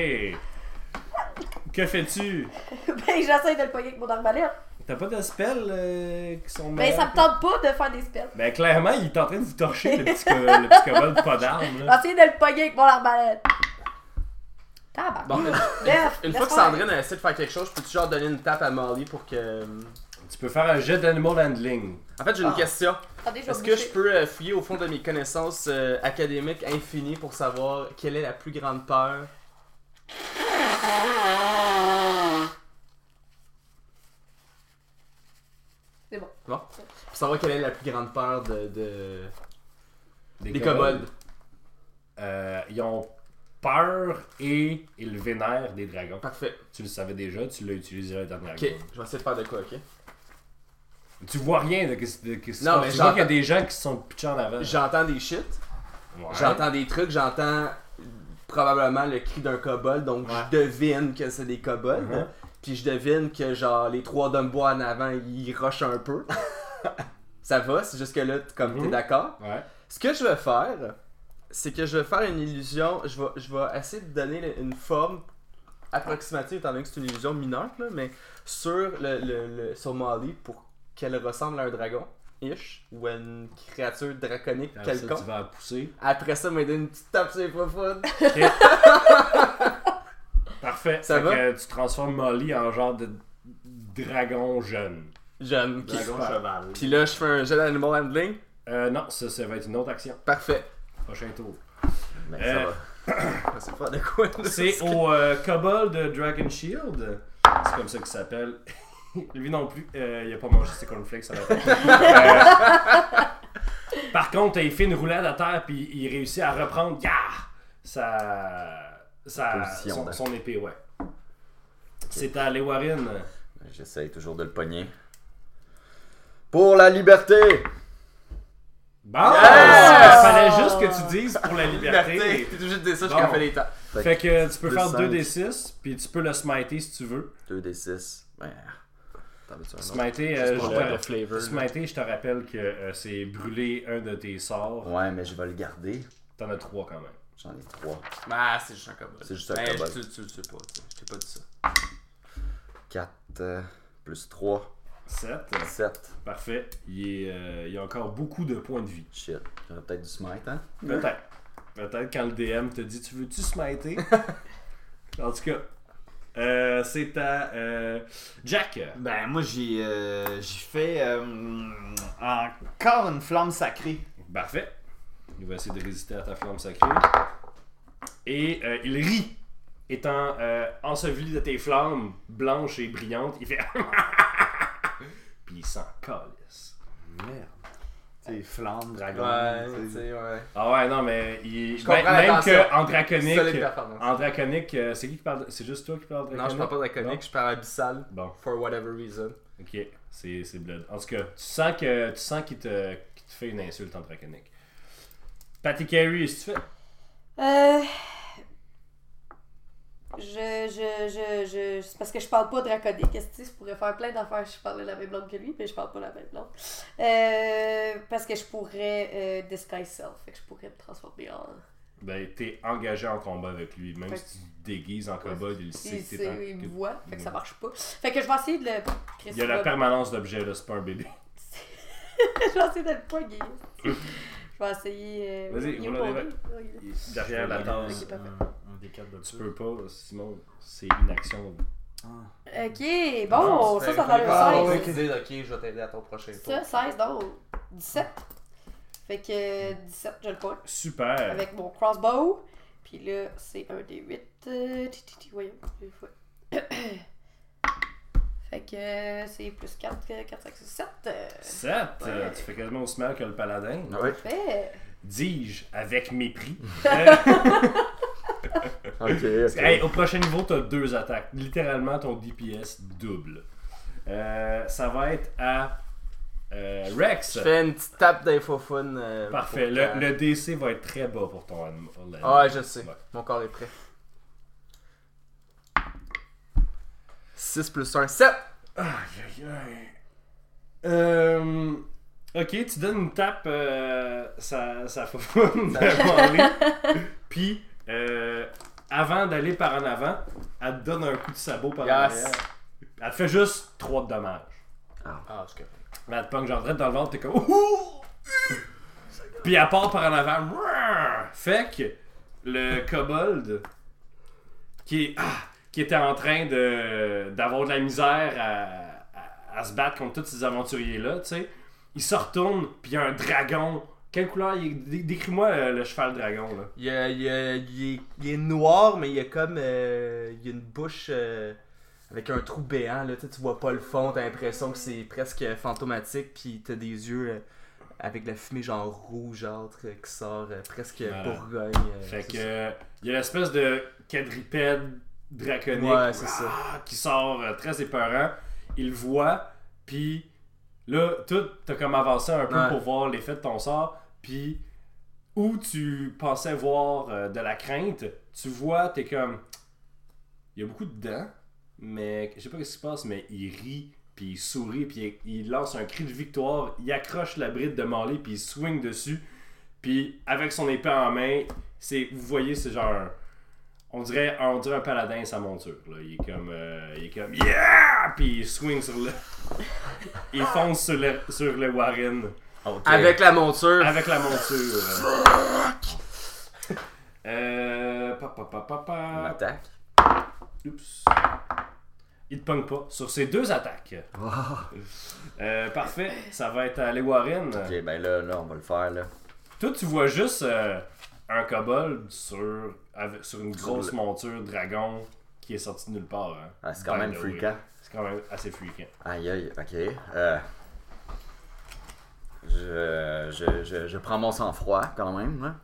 Speaker 1: Que fais-tu?
Speaker 4: Ben, j'essaie de le pogner avec mon arbalète.
Speaker 1: T'as pas de spells euh, qui sont
Speaker 4: Ben, ça me tente pas de faire des spells.
Speaker 1: Ben, clairement, il est en train de vous torcher le petit, co- le petit kobold pas d'armes. là.
Speaker 4: J'essaie de le pogner avec mon arbalète. Tabac.
Speaker 2: Bon, une-
Speaker 4: Bref.
Speaker 2: une
Speaker 4: laisse
Speaker 2: fois que
Speaker 4: faire.
Speaker 2: Sandrine a essayé de faire quelque chose, je peux-tu genre donner une tape à Molly pour que. euh,
Speaker 1: Tu peux faire un jet d'animal handling.
Speaker 2: En fait, j'ai une question.
Speaker 4: Attendez, je vais
Speaker 2: Est-ce que je
Speaker 4: boucher.
Speaker 2: peux euh, fouiller au fond de mes connaissances euh, académiques infinies pour savoir quelle est la plus grande peur
Speaker 4: C'est bon.
Speaker 2: Bon. Pour savoir quelle est la plus grande peur de. de... Des
Speaker 1: kobolds.
Speaker 2: kobolds.
Speaker 1: Euh, ils ont peur et ils vénèrent des dragons.
Speaker 2: Parfait.
Speaker 1: Tu le savais déjà, tu l'as utilisé la dernière
Speaker 2: Ok,
Speaker 1: game.
Speaker 2: je vais essayer de faire de quoi, ok
Speaker 1: Tu vois rien de ce de- qu'est-ce qui se
Speaker 2: Non,
Speaker 1: passe.
Speaker 2: mais
Speaker 1: Tu vois
Speaker 2: j'entends-
Speaker 1: qu'il y a des gens qui se sont pitchés en avant.
Speaker 2: J'entends des shit,
Speaker 1: Ouais.
Speaker 2: j'entends des trucs, j'entends probablement le cri d'un kobold, donc je devine que c'est des kobolds.
Speaker 1: Mhm.
Speaker 2: Puis je devine que genre les trois Dumbo en avant, ils rushent un peu. Ça va, c'est jusque-là, t- comme t'es
Speaker 1: Mhm.
Speaker 2: d'accord.
Speaker 1: Ouais.
Speaker 2: Ce que je vais faire, c'est que je vais faire une illusion. Je vais, je vais essayer de donner le- une forme approximative, étant donné que c'est une illusion mineure, là, mais sur, le, le- le- sur Molly pour qu'elle ressemble à un dragon, ish, ou à une créature draconique
Speaker 1: Alors Ah, ça, tu
Speaker 2: quelconque.
Speaker 1: vas la pousser.
Speaker 2: Après ça, m'a donné une petite tape sur les profondes.
Speaker 1: Parfait.
Speaker 2: Ça
Speaker 1: Fait
Speaker 2: va?
Speaker 1: que tu transformes Molly en genre de dragon jeune.
Speaker 2: Jeune. qui-
Speaker 1: Dragon cheval.
Speaker 2: Puis là, je fais un jeu d'animal handling.
Speaker 1: Euh, non, ça, ça va être une autre action.
Speaker 2: Parfait.
Speaker 1: Prochain tour.
Speaker 5: Mais
Speaker 1: Euh,
Speaker 2: Je sais pas de quoi.
Speaker 1: C'est au euh, kobold de Dragon Shield. C'est comme ça qu'il s'appelle. Lui non plus, euh, il a pas mangé ses cornflakes à la tête. Euh, par contre, il fait une roulade à terre puis il réussit à reprendre gah, sa, sa-
Speaker 5: Position,
Speaker 1: son,
Speaker 5: ben.
Speaker 1: son épée, ouais. C'est à Lewarin.
Speaker 5: ça va. J'essaye toujours de le pogner. Pour la liberté!
Speaker 1: Bon!
Speaker 2: Yes!
Speaker 1: Il fallait juste que tu dises pour la liberté.
Speaker 2: Liberté. T'es obligé de dire ça
Speaker 1: Bon.
Speaker 2: jusqu'à la fin des temps.
Speaker 1: Fait que tu peux
Speaker 5: Deux
Speaker 1: faire
Speaker 5: cinq.
Speaker 1: 2d6 puis tu peux le smiter si tu veux.
Speaker 5: 2 des 6. Ben. T'en veux-tu un autre?
Speaker 1: Smiter, euh,
Speaker 2: Pour
Speaker 1: je
Speaker 2: avoir le
Speaker 1: te-
Speaker 2: flavor.
Speaker 1: Smiter, je te rappelle que euh, c'est brûler un de tes sorts.
Speaker 5: Ouais, mais je vais le garder.
Speaker 1: T'en as trois quand même.
Speaker 5: J'en ai 3.
Speaker 2: Ah, c'est juste un kobold.
Speaker 5: C'est juste un
Speaker 2: Ben,
Speaker 5: kobold.
Speaker 2: Tu, tu le sais pas, tu sais. Je t'ai pas dit ça.
Speaker 5: 4 euh, plus 3.
Speaker 1: Sept. euh,
Speaker 5: 7.
Speaker 1: Parfait. Il, est, euh, il y a encore beaucoup de points de vie.
Speaker 5: Shit. J'aurais peut-être dû smite, hein?
Speaker 1: Peut-être. Peut-être quand le DM te dit Tu veux-tu smiter En tout cas, euh, c'est à euh, Jack.
Speaker 3: Ben, moi, j'ai euh, j'ai fait euh, mm, encore une flamme sacrée.
Speaker 1: Parfait. Il va essayer de résister à ta flamme sacrée. Et euh, il rit, étant euh, enseveli de tes flammes blanches et brillantes. Il fait. Puis il s'en calisse.
Speaker 3: Merde. C'est flamme, dragon.
Speaker 2: Ouais, tu
Speaker 3: t'sais.
Speaker 2: sais, ouais.
Speaker 1: Ah ouais, non, mais il.
Speaker 2: Je
Speaker 1: Même,
Speaker 2: comprends
Speaker 1: même
Speaker 2: l'intention.
Speaker 1: que en
Speaker 2: Solide
Speaker 1: draconique.
Speaker 2: performance.
Speaker 1: En draconique, euh, c'est qui qui parle C'est juste toi qui parle draconique
Speaker 2: Non, je parle pas
Speaker 1: Non?
Speaker 2: draconique, je parle abyssal.
Speaker 1: Bon,
Speaker 2: For whatever reason.
Speaker 1: ok, c'est c'est Blood. En tout cas, tu sens que tu sens qu'il te, qu'il te fait une insulte en draconique. Patty Carey, est-ce que tu fais
Speaker 4: Euh. Je, je, je, je, c'est parce que je parle pas draconique. Qu'est-ce que je pourrais faire plein d'affaires si je parlais la même langue que lui, mais je parle pas la même langue. Euh, parce que je pourrais euh, disguise self. Fait que je pourrais me transformer en.
Speaker 1: Ben, t'es engagé en combat avec lui. Même
Speaker 4: Fait
Speaker 1: si tu te déguises en kobold, il sait
Speaker 4: Il,
Speaker 1: que
Speaker 4: sait,
Speaker 1: t'es en...
Speaker 4: il me voit. Fait que ça
Speaker 1: Ouais.
Speaker 4: marche pas. Fait que je vais essayer de le.
Speaker 1: Il y a la permanence d'objets, là, c'est pas un bébé.
Speaker 4: je vais essayer de le poigner. je vais essayer. euh,
Speaker 1: Vas-y,
Speaker 4: il est
Speaker 1: on
Speaker 4: pas
Speaker 1: l'enlève.
Speaker 4: né. Oh, il est-
Speaker 1: Derrière la danse.
Speaker 4: Ok, parfait.
Speaker 3: Un des quatre de
Speaker 1: Tu
Speaker 3: plus.
Speaker 1: peux pas, Simon, c'est une action.
Speaker 4: Ok,
Speaker 2: Non,
Speaker 4: bon,
Speaker 2: tu fais
Speaker 4: Oh, ça, ça dans
Speaker 2: comme-
Speaker 4: le
Speaker 2: Ah,
Speaker 4: 16.
Speaker 2: ouais, dire, ok, je vais t'aider à ton prochain tour.
Speaker 4: Ça, 16, donc 17. Fait que euh, 17, je le pogne
Speaker 1: Super!
Speaker 4: avec mon crossbow. Puis là, c'est un des 8. Euh, ti, ti, ti, voyons, une fois. fait que euh, c'est plus 4, 4, 5, 6, 7.
Speaker 1: 7!
Speaker 4: Ouais.
Speaker 1: euh, tu fais quasiment aussi mal que le paladin.
Speaker 5: Ouais.
Speaker 4: Fait.
Speaker 1: Dis-je avec mépris. Euh,
Speaker 5: Ok, ok.
Speaker 1: hey, au prochain niveau, t'as deux attaques. Littéralement, ton DPS double. Euh, ça va être à euh, Rex.
Speaker 2: Je fais une petite tape d'infophone. euh,
Speaker 1: Parfait.
Speaker 2: pour
Speaker 1: Le,
Speaker 2: que-
Speaker 1: le DC va être très bas pour ton animal.
Speaker 2: Ah Ouais, je sais.
Speaker 1: Ouais.
Speaker 2: Mon corps est prêt. 6 plus 1, 7!
Speaker 1: Aïe, aïe, aïe. Euh, ok, tu donnes une tape, euh, ça, ça fait pas Puis, euh, avant d'aller par en avant, elle te donne un coup de sabot par en
Speaker 2: Yes.
Speaker 1: arrière. Elle te fait juste 3 de dommages.
Speaker 2: Ah, c'est correct.
Speaker 1: Mais elle te pogne genre direct dans le ventre, t'es comme Ouh! Puis elle part par en avant. Mouah! Fait que le kobold qui, est- ah, qui était en train de d'avoir de la misère à, à- à se battre contre tous ces aventuriers-là, tu sais, il se retourne, puis il y a un dragon. Quelle couleur il est? Dé- Décris-moi euh, le cheval dragon, là.
Speaker 2: Il, y a- il y a- il est, il est noir, mais il y a comme. euh, il y a une bouche euh, avec un trou béant, là. Tu sais, tu vois pas le fond, t'as l'impression que c'est presque fantomatique, puis t'as des yeux euh, avec la fumée genre rougeâtre euh, qui sort euh, presque
Speaker 1: Voilà.
Speaker 2: Bourgogne. euh,
Speaker 1: Fait
Speaker 2: c'est
Speaker 1: que
Speaker 2: ça.
Speaker 1: euh, il y a l'espèce de quadripède draconique
Speaker 2: Ouais, c'est ça.
Speaker 1: ah, qui sort euh, très épeurant. Il le voit, puis là, tout t'as comme avancé un peu
Speaker 2: Ouais.
Speaker 1: pour voir l'effet de ton sort, puis où tu pensais voir euh, de la crainte, tu vois, t'es comme. Il y a beaucoup de dents, mais je sais pas ce qui se passe, mais il rit, puis il sourit, puis il, il lance un cri de victoire, il accroche la bride de Marley, puis il swing dessus, puis avec son épée en main, c'est, vous voyez, c'est genre un- on dirait, on dirait un paladin à sa monture. Là. Il est comme. euh, il est comme. Yeah! Puis il swing sur le. il fonce sur le, sur le Warren
Speaker 5: Ok.
Speaker 2: Avec la monture.
Speaker 1: avec la monture. Euh. Pa, pa, pa, pa,
Speaker 5: On
Speaker 1: pa.
Speaker 5: attaque.
Speaker 1: Oups. Il te pogne pas sur ses deux attaques. Euh, parfait, ça va être à les Warren.
Speaker 5: Ok, ben là, là, on va le faire, là.
Speaker 1: Toi, tu vois juste euh, un kobold sur, avec- sur une
Speaker 5: Sur
Speaker 1: grosse
Speaker 5: le-
Speaker 1: monture dragon qui est sortie de nulle part. hein.
Speaker 5: Ah, c'est quand
Speaker 1: By
Speaker 5: même
Speaker 1: the way.
Speaker 5: freakant.
Speaker 1: C'est quand même assez freakant.
Speaker 5: Aïe aïe, ok. Euh, je, je, je, je prends mon sang-froid quand même, là.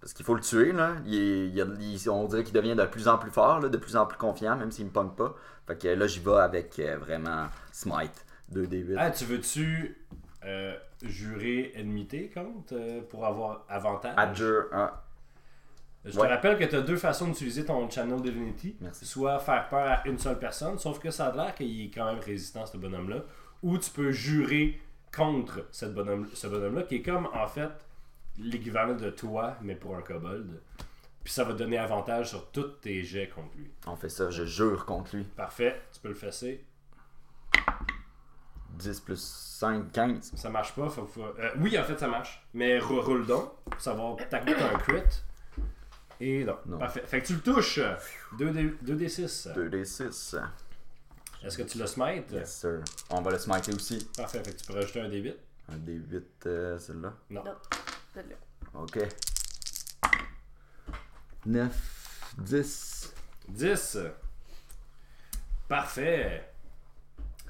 Speaker 5: Parce qu'il faut le tuer, là. Il, est- il a- il- on dirait qu'il devient de plus en plus fort, là, de plus en plus confiant, même s'il me punk pas. Fait que là, j'y vais avec euh, vraiment Smite 2D8.
Speaker 1: Ah, tu veux-tu euh, jurer ennemité contre euh, pour avoir avantage
Speaker 5: Adjure 1.
Speaker 1: Je
Speaker 5: ouais.
Speaker 1: te rappelle que tu as deux façons d'utiliser ton Channel Divinity.
Speaker 5: Merci.
Speaker 1: Soit faire peur à une seule personne, sauf que ça a l'air qu'il est quand même résistant, ce bonhomme-là. Ou tu peux jurer contre cette bonhomme, ce bonhomme-là, qui est comme en fait l'équivalent de toi, mais pour un kobold. Puis ça va te donner avantage sur tous tes jets contre lui.
Speaker 5: On fait ça, je jure contre lui.
Speaker 1: Parfait, tu peux le fesser.
Speaker 5: 10 plus 5, 15.
Speaker 1: Ça marche pas, faut, faut- euh, oui, en fait, ça marche. Mais re- roule donc, pour savoir, t'as un crit. Et non.
Speaker 5: Non.
Speaker 1: Parfait. Fait que tu le touches. 2D, 2d6.
Speaker 5: 2D6.
Speaker 1: Est-ce que tu le smites
Speaker 5: Yes, sir. On va le smiter aussi.
Speaker 1: Parfait, fait que tu peux rajouter un D8.
Speaker 5: Un D8, euh, celle-là.
Speaker 4: Celle-là.
Speaker 5: Ok. 9, 10.
Speaker 1: 10. Parfait.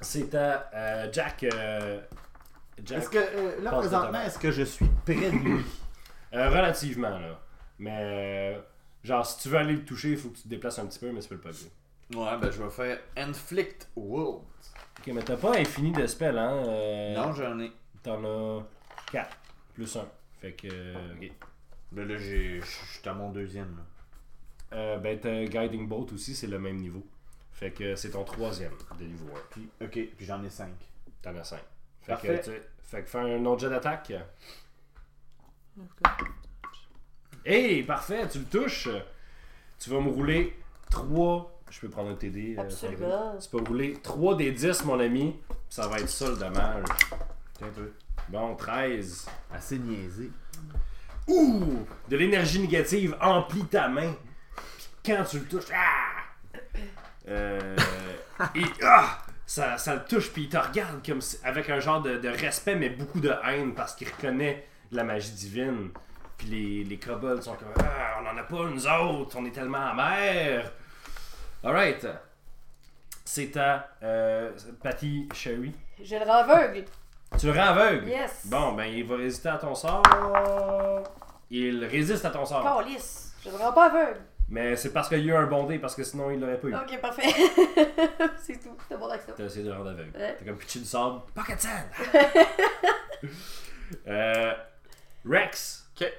Speaker 1: C'est à euh, Jack. euh, Jack.
Speaker 3: Est-ce que, euh, là,
Speaker 1: Passe
Speaker 3: présentement,
Speaker 1: notamment.
Speaker 3: est-ce que je suis près de lui
Speaker 1: Euh, relativement, là. Mais. euh, genre, si tu veux aller le toucher, il faut que tu te déplaces un petit peu, mais tu peux le pas bien.
Speaker 3: Ouais, ben, je vais faire Inflict Wound.
Speaker 1: Ok, mais t'as pas infini de spells, hein euh,
Speaker 3: Non, j'en ai.
Speaker 1: T'en as 4 plus 1. Fait que. euh, ok.
Speaker 3: Ben, là, j'ai- je suis à mon deuxième, là.
Speaker 1: Euh, ben, t'as Guiding Bolt aussi, c'est le même niveau. Fait que c'est ton troisième de niveau 1. Puis
Speaker 3: Ok, puis j'en ai 5.
Speaker 1: t'en as 5. Fait
Speaker 3: Parfait.
Speaker 1: que tu fait que fais un autre jet d'attaque. Hey, parfait, tu le touches. Tu vas me rouler 3. Je peux prendre un TD. euh,
Speaker 4: Absolument.
Speaker 1: Tu peux rouler 3 des 10, mon ami. Ça va être ça le dommage.
Speaker 3: T'es un peu.
Speaker 1: Bon, 13.
Speaker 3: Assez niaisé.
Speaker 1: Ouh! De l'énergie négative emplit ta main. Puis quand tu le touches, ah! Euh, et, ah! Ça, ça le touche, puis il te regarde comme si- avec un genre de, de respect, mais beaucoup de haine, parce qu'il reconnaît la magie divine. Puis les, les kobolds sont comme Ah, on en a pas, nous autres, on est tellement amers. Alright. C'est à euh, Patty Sherry.
Speaker 4: Je le rends aveugle.
Speaker 1: Tu le rends aveugle.
Speaker 4: Yes.
Speaker 1: Bon, ben, il va résister à ton sort. Il résiste à ton sort.
Speaker 4: Calisse. Je le rends pas aveugle.
Speaker 1: Mais c'est parce qu'il y a eu un bondé, parce que sinon, il l'aurait pas eu.
Speaker 4: Ok, parfait. c'est tout. C'est bon action.
Speaker 1: T'as essayé de le rendre aveugle.
Speaker 4: Ouais.
Speaker 1: T'as comme pitché du sable. Pocket sand! euh, Rex.
Speaker 2: Ok.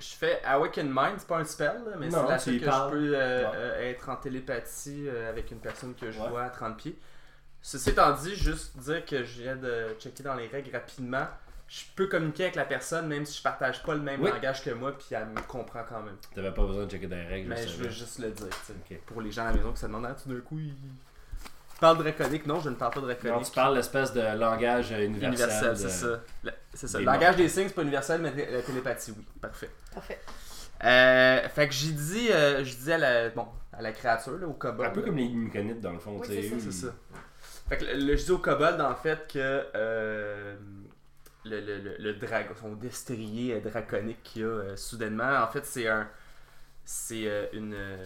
Speaker 2: Je fais Awaken Mind, c'est pas un spell, là, mais c'est
Speaker 1: Non,
Speaker 2: la
Speaker 1: tu
Speaker 2: seule
Speaker 1: y
Speaker 2: que
Speaker 1: parles.
Speaker 2: je peux euh,
Speaker 1: Ouais.
Speaker 2: euh, être en télépathie euh, avec une personne que je
Speaker 1: Ouais.
Speaker 2: vois à 30 pieds. Ceci étant dit, juste dire que je viens de checker dans les règles rapidement. Je peux communiquer avec la personne même si je partage pas le même
Speaker 1: Oui.
Speaker 2: langage que moi, puis elle me comprend quand même.
Speaker 1: T'avais pas besoin de checker des règles.
Speaker 2: Mais
Speaker 1: le
Speaker 2: Ben, je
Speaker 1: savais.
Speaker 2: veux juste le dire, tu sais.
Speaker 1: Ok.
Speaker 2: Pour les gens à la maison qui se demandent, Ah, tout d'un coup, ils parlent de draconique. Non, je ne parle pas de
Speaker 1: Non,
Speaker 2: draconique.
Speaker 1: tu parles l'espèce de langage euh, universel.
Speaker 2: Universel, c'est
Speaker 1: de-
Speaker 2: ça. Le- C'est ça.
Speaker 1: des
Speaker 2: Le langage des signes, c'est pas universel, mais la télépathie, oui. Parfait.
Speaker 4: Parfait.
Speaker 2: Euh, fait que j'ai dit, euh, je dis à la, bon, à la créature, là, au kobold.
Speaker 1: Un peu
Speaker 2: là.
Speaker 1: comme les myconites, dans le fond.
Speaker 4: Oui,
Speaker 1: tu sais,
Speaker 4: c'est ça,
Speaker 1: eux,
Speaker 2: C'est
Speaker 1: ils-
Speaker 2: ça. Fait que le- le- je dis au kobold, en fait, que euh, le, le, le, le dragon, son destrier euh, draconique qu'il y a euh, soudainement, en fait, c'est un. C'est euh, une, euh,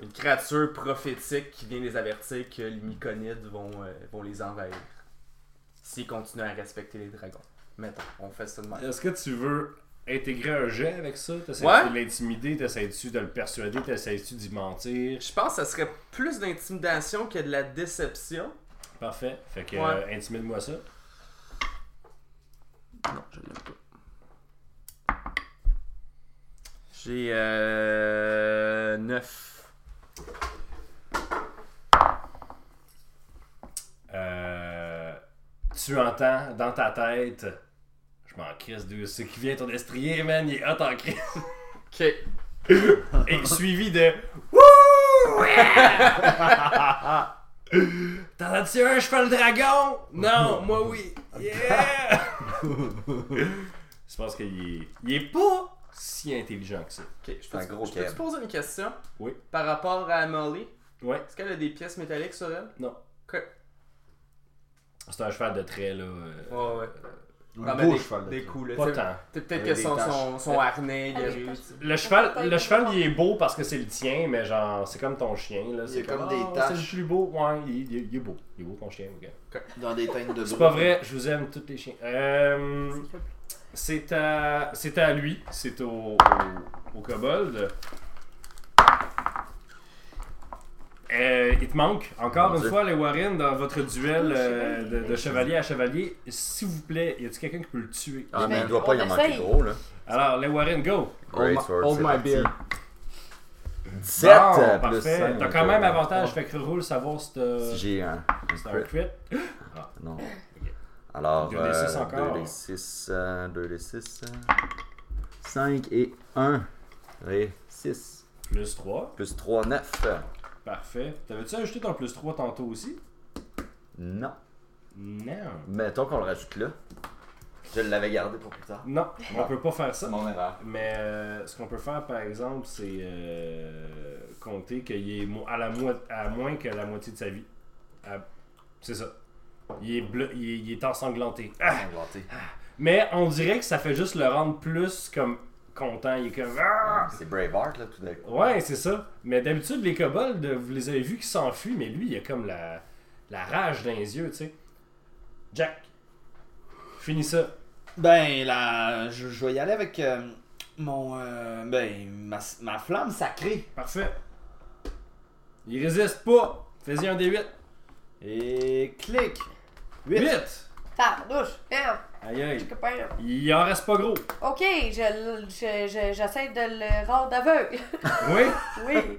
Speaker 2: une créature prophétique qui vient les avertir que les myconides vont, euh, vont les envahir. S'ils continuent à respecter les dragons. Mettons, on fait ça de même.
Speaker 1: Est-ce que tu veux intégrer un jet avec ça? T'essaies-tu
Speaker 2: Ouais.
Speaker 1: de l'intimider? T'essaies-tu de le persuader? T'essaies-tu d'y mentir?
Speaker 2: Je pense que ça serait plus d'intimidation que de la déception.
Speaker 1: Parfait. Fait que,
Speaker 2: Ouais.
Speaker 1: euh, intimide-moi ça.
Speaker 2: Non, je l'aime pas. J'ai euh, 9.
Speaker 1: Euh, tu entends dans ta tête, je m'en crisse de ce qui vient ton estrier, man, il est hot en crisse.
Speaker 2: Ok.
Speaker 1: Et suivi de Wouh! Yeah! T'en as-tu un, je fais le dragon? Non, moi oui. Yeah! je pense qu'il est, il est pas si intelligent que ça.
Speaker 2: Ok, je peux,
Speaker 5: un gros
Speaker 2: je peux te
Speaker 5: cab.
Speaker 2: poser une question?
Speaker 1: Oui.
Speaker 2: Par rapport à Molly,
Speaker 1: Ouais,
Speaker 2: est-ce qu'elle a des pièces métalliques sur elle?
Speaker 1: non.
Speaker 2: Ok.
Speaker 1: C'est un cheval de trait, là. euh,
Speaker 2: Ouais, ouais.
Speaker 3: Un
Speaker 2: Non, mais
Speaker 3: gros
Speaker 2: des,
Speaker 3: cheval de
Speaker 2: des
Speaker 3: trait.
Speaker 2: coups, là.
Speaker 1: pas
Speaker 2: Tu sais,
Speaker 1: tant.
Speaker 2: peut- Peut-être
Speaker 3: Avec
Speaker 2: que
Speaker 3: des
Speaker 2: son,
Speaker 3: taches.
Speaker 2: son, son harnais, il a
Speaker 4: Avec des
Speaker 2: réussi.
Speaker 4: taches.
Speaker 1: Le cheval, le cheval, il est beau parce que c'est le tien, mais genre, c'est comme ton chien, là. C'est
Speaker 5: comme
Speaker 1: Ah,
Speaker 5: des
Speaker 1: C'est
Speaker 5: taches.
Speaker 1: le plus beau, ouais, il, il- il est beau. Il est beau ton chien, ok.
Speaker 5: Dans des teintes de
Speaker 1: C'est pas vrai, je vous aime tous les chiens. Euh, c'est à, c'est à lui, c'est au, au, au kobold. Euh, il te manque encore
Speaker 5: Mon
Speaker 1: une
Speaker 5: Dieu.
Speaker 1: fois les Warren dans votre duel
Speaker 4: Oh,
Speaker 1: euh,
Speaker 4: chevalier.
Speaker 1: de, de chevalier à chevalier. S'il vous plaît, y a-t-il quelqu'un qui peut le tuer
Speaker 5: Ah, mais
Speaker 4: Mais
Speaker 5: il doit pas y en
Speaker 4: on
Speaker 5: manquer
Speaker 4: essaye.
Speaker 5: gros, là.
Speaker 1: Alors les Warren, go.
Speaker 5: Great sword,
Speaker 2: hold
Speaker 5: c'est
Speaker 2: my
Speaker 5: parti.
Speaker 2: beer.
Speaker 5: 17
Speaker 1: Bon,
Speaker 5: euh, plus
Speaker 1: parfait.
Speaker 5: cinq,
Speaker 1: T'as
Speaker 5: donc,
Speaker 1: quand même
Speaker 5: euh,
Speaker 1: avantage, fait que roule savoir si t'as-
Speaker 5: Si j'ai un, un
Speaker 1: euh, c'est un
Speaker 5: crit.
Speaker 1: crit.
Speaker 5: Non. Alors,
Speaker 1: 2d6
Speaker 5: euh,
Speaker 1: encore.
Speaker 5: 2d6, euh, 2d6, 5 et 1. Et 6.
Speaker 1: Plus 3.
Speaker 5: Plus 3, 9.
Speaker 1: Parfait. T'avais-tu ajouté ton plus 3 tantôt aussi?
Speaker 5: Non.
Speaker 1: Non.
Speaker 5: Mettons qu'on le rajoute là. Je l'avais gardé pour plus tard.
Speaker 1: Non, on peut pas faire ça.
Speaker 5: Mon erreur.
Speaker 1: Mais euh, ce qu'on peut faire, par exemple, c'est euh, compter qu'il est mo- à, la mo- à moins que la moitié de sa vie. À- C'est ça. Il est, bleu, il, est, il est ensanglanté. Ah!
Speaker 5: Inventé.
Speaker 1: Mais on dirait que ça fait juste le rendre plus comme content. Il est comme... Ah!
Speaker 5: C'est Braveheart, là, tout d'un coup.
Speaker 1: Ouais, c'est ça. Mais d'habitude, les kobolds, vous les avez vus qui s'enfuient, mais lui, il a comme la, la rage dans les yeux, tu sais. Jack, finis ça.
Speaker 3: Ben là, je, je vais y aller avec euh, mon. euh, ben, ma, ma flamme sacrée.
Speaker 1: Parfait. Il résiste pas. Fais-y un D8.
Speaker 3: Et clic. 8.
Speaker 1: 8!
Speaker 4: Tabarnouche, merde,
Speaker 1: Aïe aïe.
Speaker 4: j'ai copain.
Speaker 1: Il en reste pas gros.
Speaker 4: Ok, je l- je- je- j'essaie de le rendre aveugle.
Speaker 1: Oui,
Speaker 4: Oui.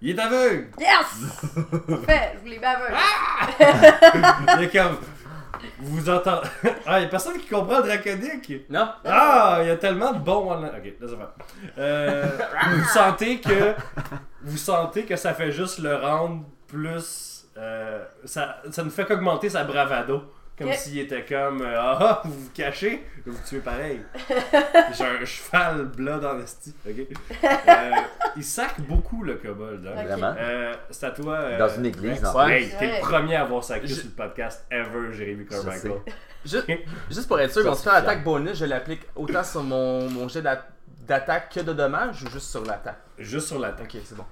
Speaker 1: il est aveugle.
Speaker 4: Yes! Parfait, je vous les mets aveugle.
Speaker 1: Il est comme. Vous entendez. Ah, il y a personne qui comprend le draconique.
Speaker 2: Non?
Speaker 1: Ah, il y a tellement de bons. en- Ok, laissez faire. Euh, vous sentez que vous sentez que ça fait juste le rendre plus. euh, ça, ça ne fait qu'augmenter sa bravado. Comme
Speaker 4: Ok.
Speaker 1: s'il était comme euh, Ah ah, vous vous cachez, je vais vous tuez pareil. J'ai un cheval blood en esti. Ok. Euh, il sac beaucoup le kobold. hein.
Speaker 4: Ok.
Speaker 5: Vraiment?
Speaker 1: Euh, c'est à toi. euh,
Speaker 5: Dans une église, en
Speaker 2: Ouais.
Speaker 5: fait.
Speaker 1: Hey, t'es
Speaker 4: Ouais.
Speaker 1: le premier à avoir sacré
Speaker 2: Je-
Speaker 1: sur le podcast ever, Jérémy Carmichael.
Speaker 2: Juste, juste pour être sûr,
Speaker 5: Ça,
Speaker 2: quand tu
Speaker 5: c'est
Speaker 2: fais
Speaker 5: fiable.
Speaker 2: attaque bonus, je l'applique autant sur mon, mon jet d'a- d'attaque que de dommage ou juste sur l'attaque?
Speaker 1: Juste sur la tête.
Speaker 2: Ok, c'est bon.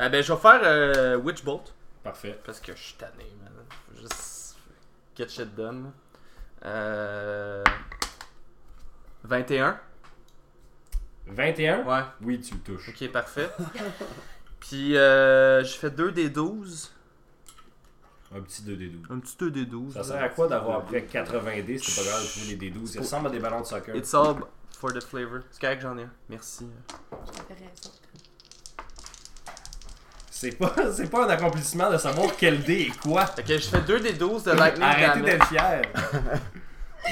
Speaker 2: Euh, ben, je vais faire euh, Witch Bolt
Speaker 1: Parfait.
Speaker 2: parce que je suis tanné, man. Faut Juste get shit done. Euh... 21?
Speaker 1: 21.
Speaker 2: Ouais.
Speaker 1: Oui, tu le touches.
Speaker 2: Ok, parfait. Puis euh, je fais 2 des 12.
Speaker 1: Un petit 2D12.
Speaker 2: Un petit 2 des 12.
Speaker 1: Ça sert à quoi d'avoir après 80D C'est pas grave de trouver des D12. Ils
Speaker 2: C'est pour-
Speaker 1: ressemblent à des ballons de soccer.
Speaker 2: It's all for the flavor. C'est correct, j'en ai un. Merci.
Speaker 4: T'as raison.
Speaker 1: C'est pas, c'est pas un accomplissement de savoir quel dé est quoi.
Speaker 2: Ok, je fais 2 des 12 de Lightning
Speaker 1: Arrêtez
Speaker 2: Damage.
Speaker 1: d'être fier.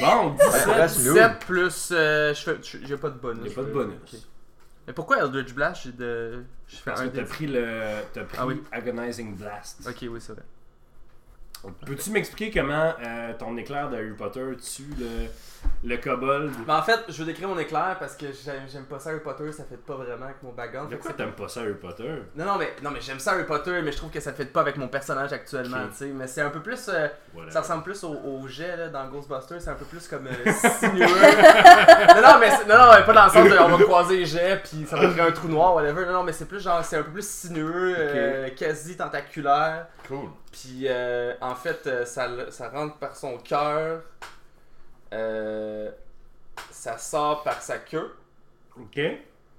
Speaker 1: Bon, 17.
Speaker 5: reste-
Speaker 2: 7 plus. euh, je fais- je- j'ai pas de bonus.
Speaker 1: Il n'y a pas de
Speaker 2: Ok.
Speaker 1: bonus.
Speaker 2: Mais pourquoi Eldritch Blast J'ai de. Je fais
Speaker 1: Parce
Speaker 2: un
Speaker 1: que t'as
Speaker 2: des.
Speaker 1: pris le. T'as pris
Speaker 2: Ah oui.
Speaker 1: Agonizing Blast.
Speaker 2: Ok, oui, c'est vrai.
Speaker 1: Peux-tu m'expliquer comment euh, ton éclair de Harry Potter tue le, le kobold
Speaker 2: Mais en fait, je veux décrire mon éclair parce que j'aime j'aime pas ça Harry Potter, ça fait pas vraiment avec mon background.
Speaker 1: De
Speaker 2: Fait que
Speaker 1: quoi t'aimes pas ça, Harry Potter
Speaker 2: c'est- Non, non, mais, non, mais j'aime ça Harry Potter, mais je trouve que ça fait pas avec mon personnage actuellement,
Speaker 1: Ok.
Speaker 2: tu sais. Mais c'est un peu plus. euh,
Speaker 1: Voilà.
Speaker 2: Ça ressemble plus au, au jet là, dans Ghostbusters, c'est un peu plus comme euh, sinueux. non, non, mais c'est- non, non, mais pas dans le sens de on va croiser les jets puis ça va créer un trou noir, whatever. Non, non, mais c'est plus genre, c'est un peu plus sinueux, euh, quasi tentaculaire.
Speaker 1: Cool.
Speaker 2: Puis euh, en fait, euh, ça, le- ça rentre par son cœur, euh, ça sort par sa queue,
Speaker 1: Ok.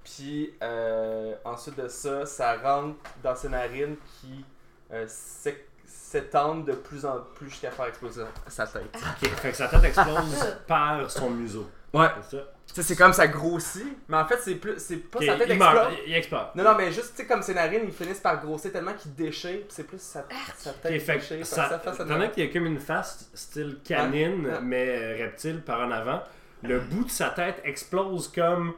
Speaker 2: puis euh, ensuite de ça, ça rentre dans ses narines qui euh, s'é- s'étendent de plus en plus jusqu'à faire exploser sa tête.
Speaker 1: Ok. Fait que sa tête explose par son museau.
Speaker 2: Ouais.
Speaker 1: C'est ça.
Speaker 2: Tu sais, c'est comme ça grossit, mais en fait, c'est plus. C'est pas
Speaker 1: Ok,
Speaker 2: sa tête
Speaker 1: il meurt.
Speaker 2: explose.
Speaker 1: Il, il explose.
Speaker 2: Non, non, mais juste, tu sais, comme ses narines, ils finissent par grossir tellement qu'ils déchirent, puis c'est plus sa, sa
Speaker 1: Ok,
Speaker 2: tête
Speaker 1: fait
Speaker 2: déchirée,
Speaker 1: que
Speaker 2: par
Speaker 1: ça,
Speaker 2: sa face à
Speaker 1: t'en as qui a comme une face style canine,
Speaker 2: Ouais.
Speaker 1: mais euh, reptile par en avant. Le bout de sa tête explose comme,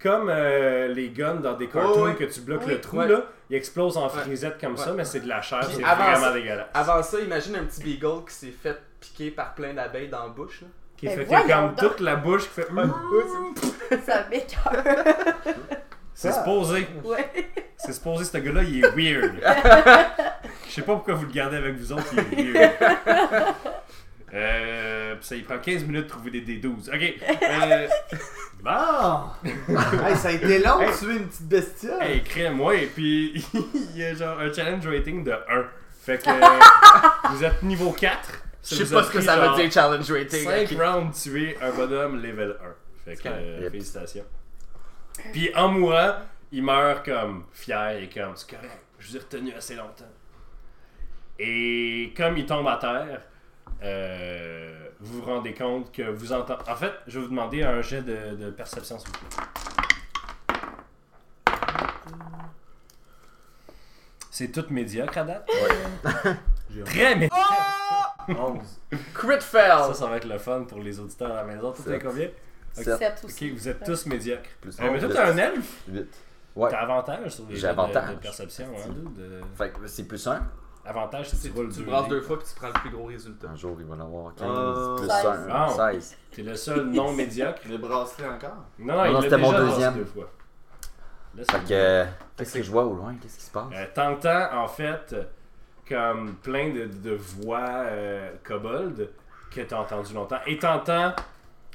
Speaker 1: comme euh, les guns dans des cartoons
Speaker 2: Ouais, ouais.
Speaker 1: que tu bloques
Speaker 4: Oui.
Speaker 1: le trou.
Speaker 2: Ouais.
Speaker 1: Là. Il explose en
Speaker 2: Ouais.
Speaker 1: frisette comme ça,
Speaker 2: Ouais.
Speaker 1: mais c'est de la chair,
Speaker 2: Puis
Speaker 1: c'est
Speaker 2: avant
Speaker 1: vraiment
Speaker 2: ça-
Speaker 1: dégueulasse.
Speaker 2: Avant ça, imagine un petit beagle qui s'est fait piquer par plein d'abeilles dans la bouche. Là.
Speaker 1: Qui
Speaker 4: Ben
Speaker 1: fait qu'il y a
Speaker 4: voyons
Speaker 1: comme
Speaker 4: donc.
Speaker 1: toute la bouche qui fait. hum,
Speaker 2: Ah.
Speaker 4: Ça m'écoeure.
Speaker 1: C'est supposé.
Speaker 4: Ouais.
Speaker 1: C'est supposé, ce gars-là, il est weird. Je sais pas pourquoi vous le gardez avec vous autres, il est weird. Euh, pis ça, il prend 15 minutes de trouver des D12. Ok. Euh,
Speaker 3: Bon! Ah! hey, ça a été long de tuer une petite bestiole!
Speaker 1: Hey, crème, ouais, et puis il y a genre un challenge rating de 1. Fait que euh, vous êtes niveau 4.
Speaker 2: Je sais pas ce que ça veut dire, challenge rating.
Speaker 1: 5
Speaker 2: ok.
Speaker 1: rounds tués, un bonhomme level 1. Fait que
Speaker 2: correct.
Speaker 1: euh,
Speaker 5: Yep.
Speaker 1: félicitations. Puis en mourant, il meurt comme fier et comme c'est correct, je vous ai retenu assez longtemps. Et comme il tombe à terre, euh, vous vous rendez compte que vous entendez. En fait, je vais vous demander un jet de, de perception, s'il vous plaît. C'est tout médiocre à date. Très médiocre.
Speaker 3: 11.
Speaker 2: Crit fail!
Speaker 1: Ça, ça va être le fun pour les auditeurs à la maison. Tout est
Speaker 5: Sept.
Speaker 1: combien
Speaker 5: Sept.
Speaker 4: Sept
Speaker 1: Ok,
Speaker 4: aussi.
Speaker 1: vous êtes tous médiocres.
Speaker 5: Plus
Speaker 1: Euh, mais toi,
Speaker 5: onze,
Speaker 1: t'es un elfe.
Speaker 5: huit. Ouais.
Speaker 1: T'as avantage sur les
Speaker 5: J'ai
Speaker 1: jets de-
Speaker 5: avantage.
Speaker 1: de perception. Hein, de...
Speaker 5: Fait que c'est plus 1.
Speaker 1: Avantage, c'est que
Speaker 2: Tu,
Speaker 1: tu roules
Speaker 2: tu
Speaker 1: deux
Speaker 2: brasses
Speaker 1: dés.
Speaker 2: deux fois puis tu prends le plus gros résultat.
Speaker 5: Un jour, il va en avoir 15
Speaker 3: Euh,
Speaker 5: plus
Speaker 4: seize.
Speaker 5: 1.
Speaker 1: Wow.
Speaker 5: 16.
Speaker 1: T'es le seul non médiocre.
Speaker 3: Je les brasserai encore.
Speaker 1: Non,
Speaker 5: non,
Speaker 1: il l'a
Speaker 5: c'était
Speaker 1: déjà
Speaker 5: mon
Speaker 1: brassé
Speaker 5: deuxième.
Speaker 1: deux fois. Là, c'est
Speaker 5: Fait que.
Speaker 1: le
Speaker 5: euh, Qu'est-ce que je vois au loin Qu'est-ce qui se passe
Speaker 1: Euh, T'entends en fait comme plein de, de voix euh, kobold que t'as entendu longtemps. Et t'entends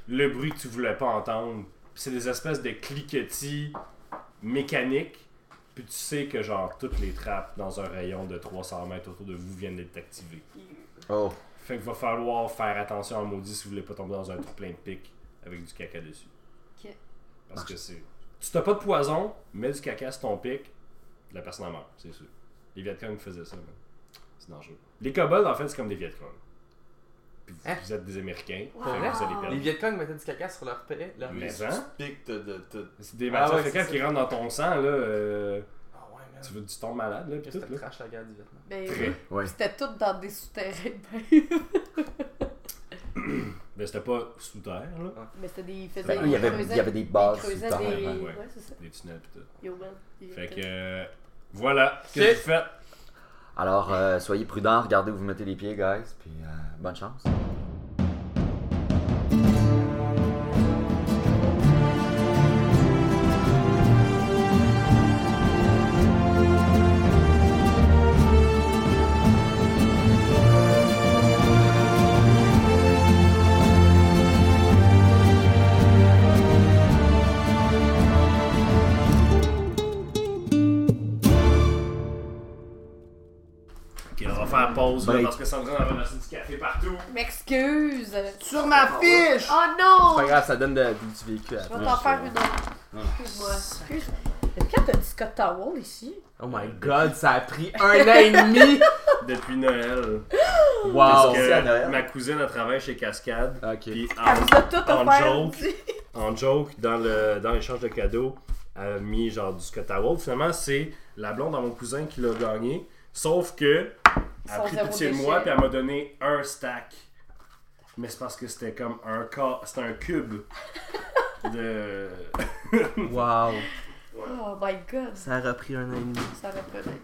Speaker 1: le bruit que tu voulais pas entendre. Puis C'est des espèces de cliquetis mécaniques. Puis tu sais que genre toutes les trappes dans un rayon de 300 mètres autour de vous viennent d'être activées.
Speaker 5: Oh.
Speaker 1: Fait qu'il va falloir faire attention en maudit si vous voulez pas tomber dans un trou plein de pics avec du caca dessus.
Speaker 4: Ok.
Speaker 1: Parce que c'est. Si t'as pas de poison, mets du caca sur ton pic, la personne en meurt, c'est sûr. Les Vietcong faisaient ça, man. C'est dangereux. Les kobolds, en fait, c'est comme des Vietcong. puis
Speaker 2: Hein?
Speaker 1: vous êtes des Américains.
Speaker 4: Wow.
Speaker 1: Fait que vous allez
Speaker 2: Les
Speaker 1: perdre.
Speaker 2: Vietcong mettaient du caca sur leur paix. Leur...
Speaker 1: Mais
Speaker 2: Ah
Speaker 1: hein?
Speaker 6: Tu piques, t'as- t'as- t'as-
Speaker 1: C'est des
Speaker 2: Ah
Speaker 1: matières
Speaker 2: ouais,
Speaker 1: fécales
Speaker 2: c'est
Speaker 1: qui
Speaker 2: ça.
Speaker 1: rentrent dans ton sang, là. euh,
Speaker 2: Ah ouais, man.
Speaker 1: tu, veux, tu tombes malade, là. pis
Speaker 2: Qu'est-ce
Speaker 1: tout,
Speaker 2: que
Speaker 1: là.
Speaker 2: crache la guerre du Vietnam?
Speaker 4: Ben oui.
Speaker 1: Très.
Speaker 5: Ouais.
Speaker 4: C'était tout dans des souterrains de bain.
Speaker 1: Mais Ben, c'était pas sous terre, là.
Speaker 4: Mais c'était des. Ils faisaient
Speaker 5: Ben, il, y avait,
Speaker 4: ils
Speaker 5: il
Speaker 4: creusaient-
Speaker 5: y avait des
Speaker 4: Ils
Speaker 5: bases sous
Speaker 4: creusaient
Speaker 5: terre.
Speaker 4: des.
Speaker 5: hein.
Speaker 1: ouais.
Speaker 4: Ouais, c'est ça.
Speaker 1: Des tunnels, pis tout.
Speaker 4: Yo, man. Ils-
Speaker 1: Fait que. euh, voilà. Qu'est-ce
Speaker 2: Ok.
Speaker 1: que vous faites?
Speaker 5: Alors, euh, soyez prudents, regardez où vous mettez les pieds, guys, puis euh, bonne chance.
Speaker 1: Ok, on va faire pause, là,
Speaker 5: Break.
Speaker 1: parce que Sandrine a ramassé du café partout.
Speaker 4: M'excuse.
Speaker 3: Sur ma fiche!
Speaker 4: Oh
Speaker 2: C'est pas
Speaker 4: non!
Speaker 2: grave, ça donne de- du du vécu à
Speaker 4: Je vais t'en faire une autre. Excuse-moi. Excuse-moi. Depuis quand t'as dit Scott Towell ici?
Speaker 2: Oh my god, ça a pris un an et demi!
Speaker 1: Depuis Noël.
Speaker 2: Wow!
Speaker 1: Parce
Speaker 5: c'est à
Speaker 1: que
Speaker 5: Noël. Ah,
Speaker 1: ma cousine, elle travaille chez Cascade.
Speaker 2: Ok.
Speaker 1: Puis
Speaker 4: Elle vous a tout
Speaker 1: en
Speaker 4: offert.
Speaker 1: Ah. joke. en joke dans le dans l'échange de cadeaux a mis genre du Scott à Wolf. Finalement, c'est la blonde à mon cousin qui l'a gagné. Sauf que elle a
Speaker 4: Sans
Speaker 1: pris
Speaker 4: zéro
Speaker 1: pitié de
Speaker 4: déchet.
Speaker 1: moi puis elle m'a donné un stack. Mais c'est parce que c'était comme un ca- c'était un cube de
Speaker 2: Wow!
Speaker 4: Oh my god. Oh,
Speaker 2: Ça a repris un an et demi.
Speaker 4: Ça reprenait.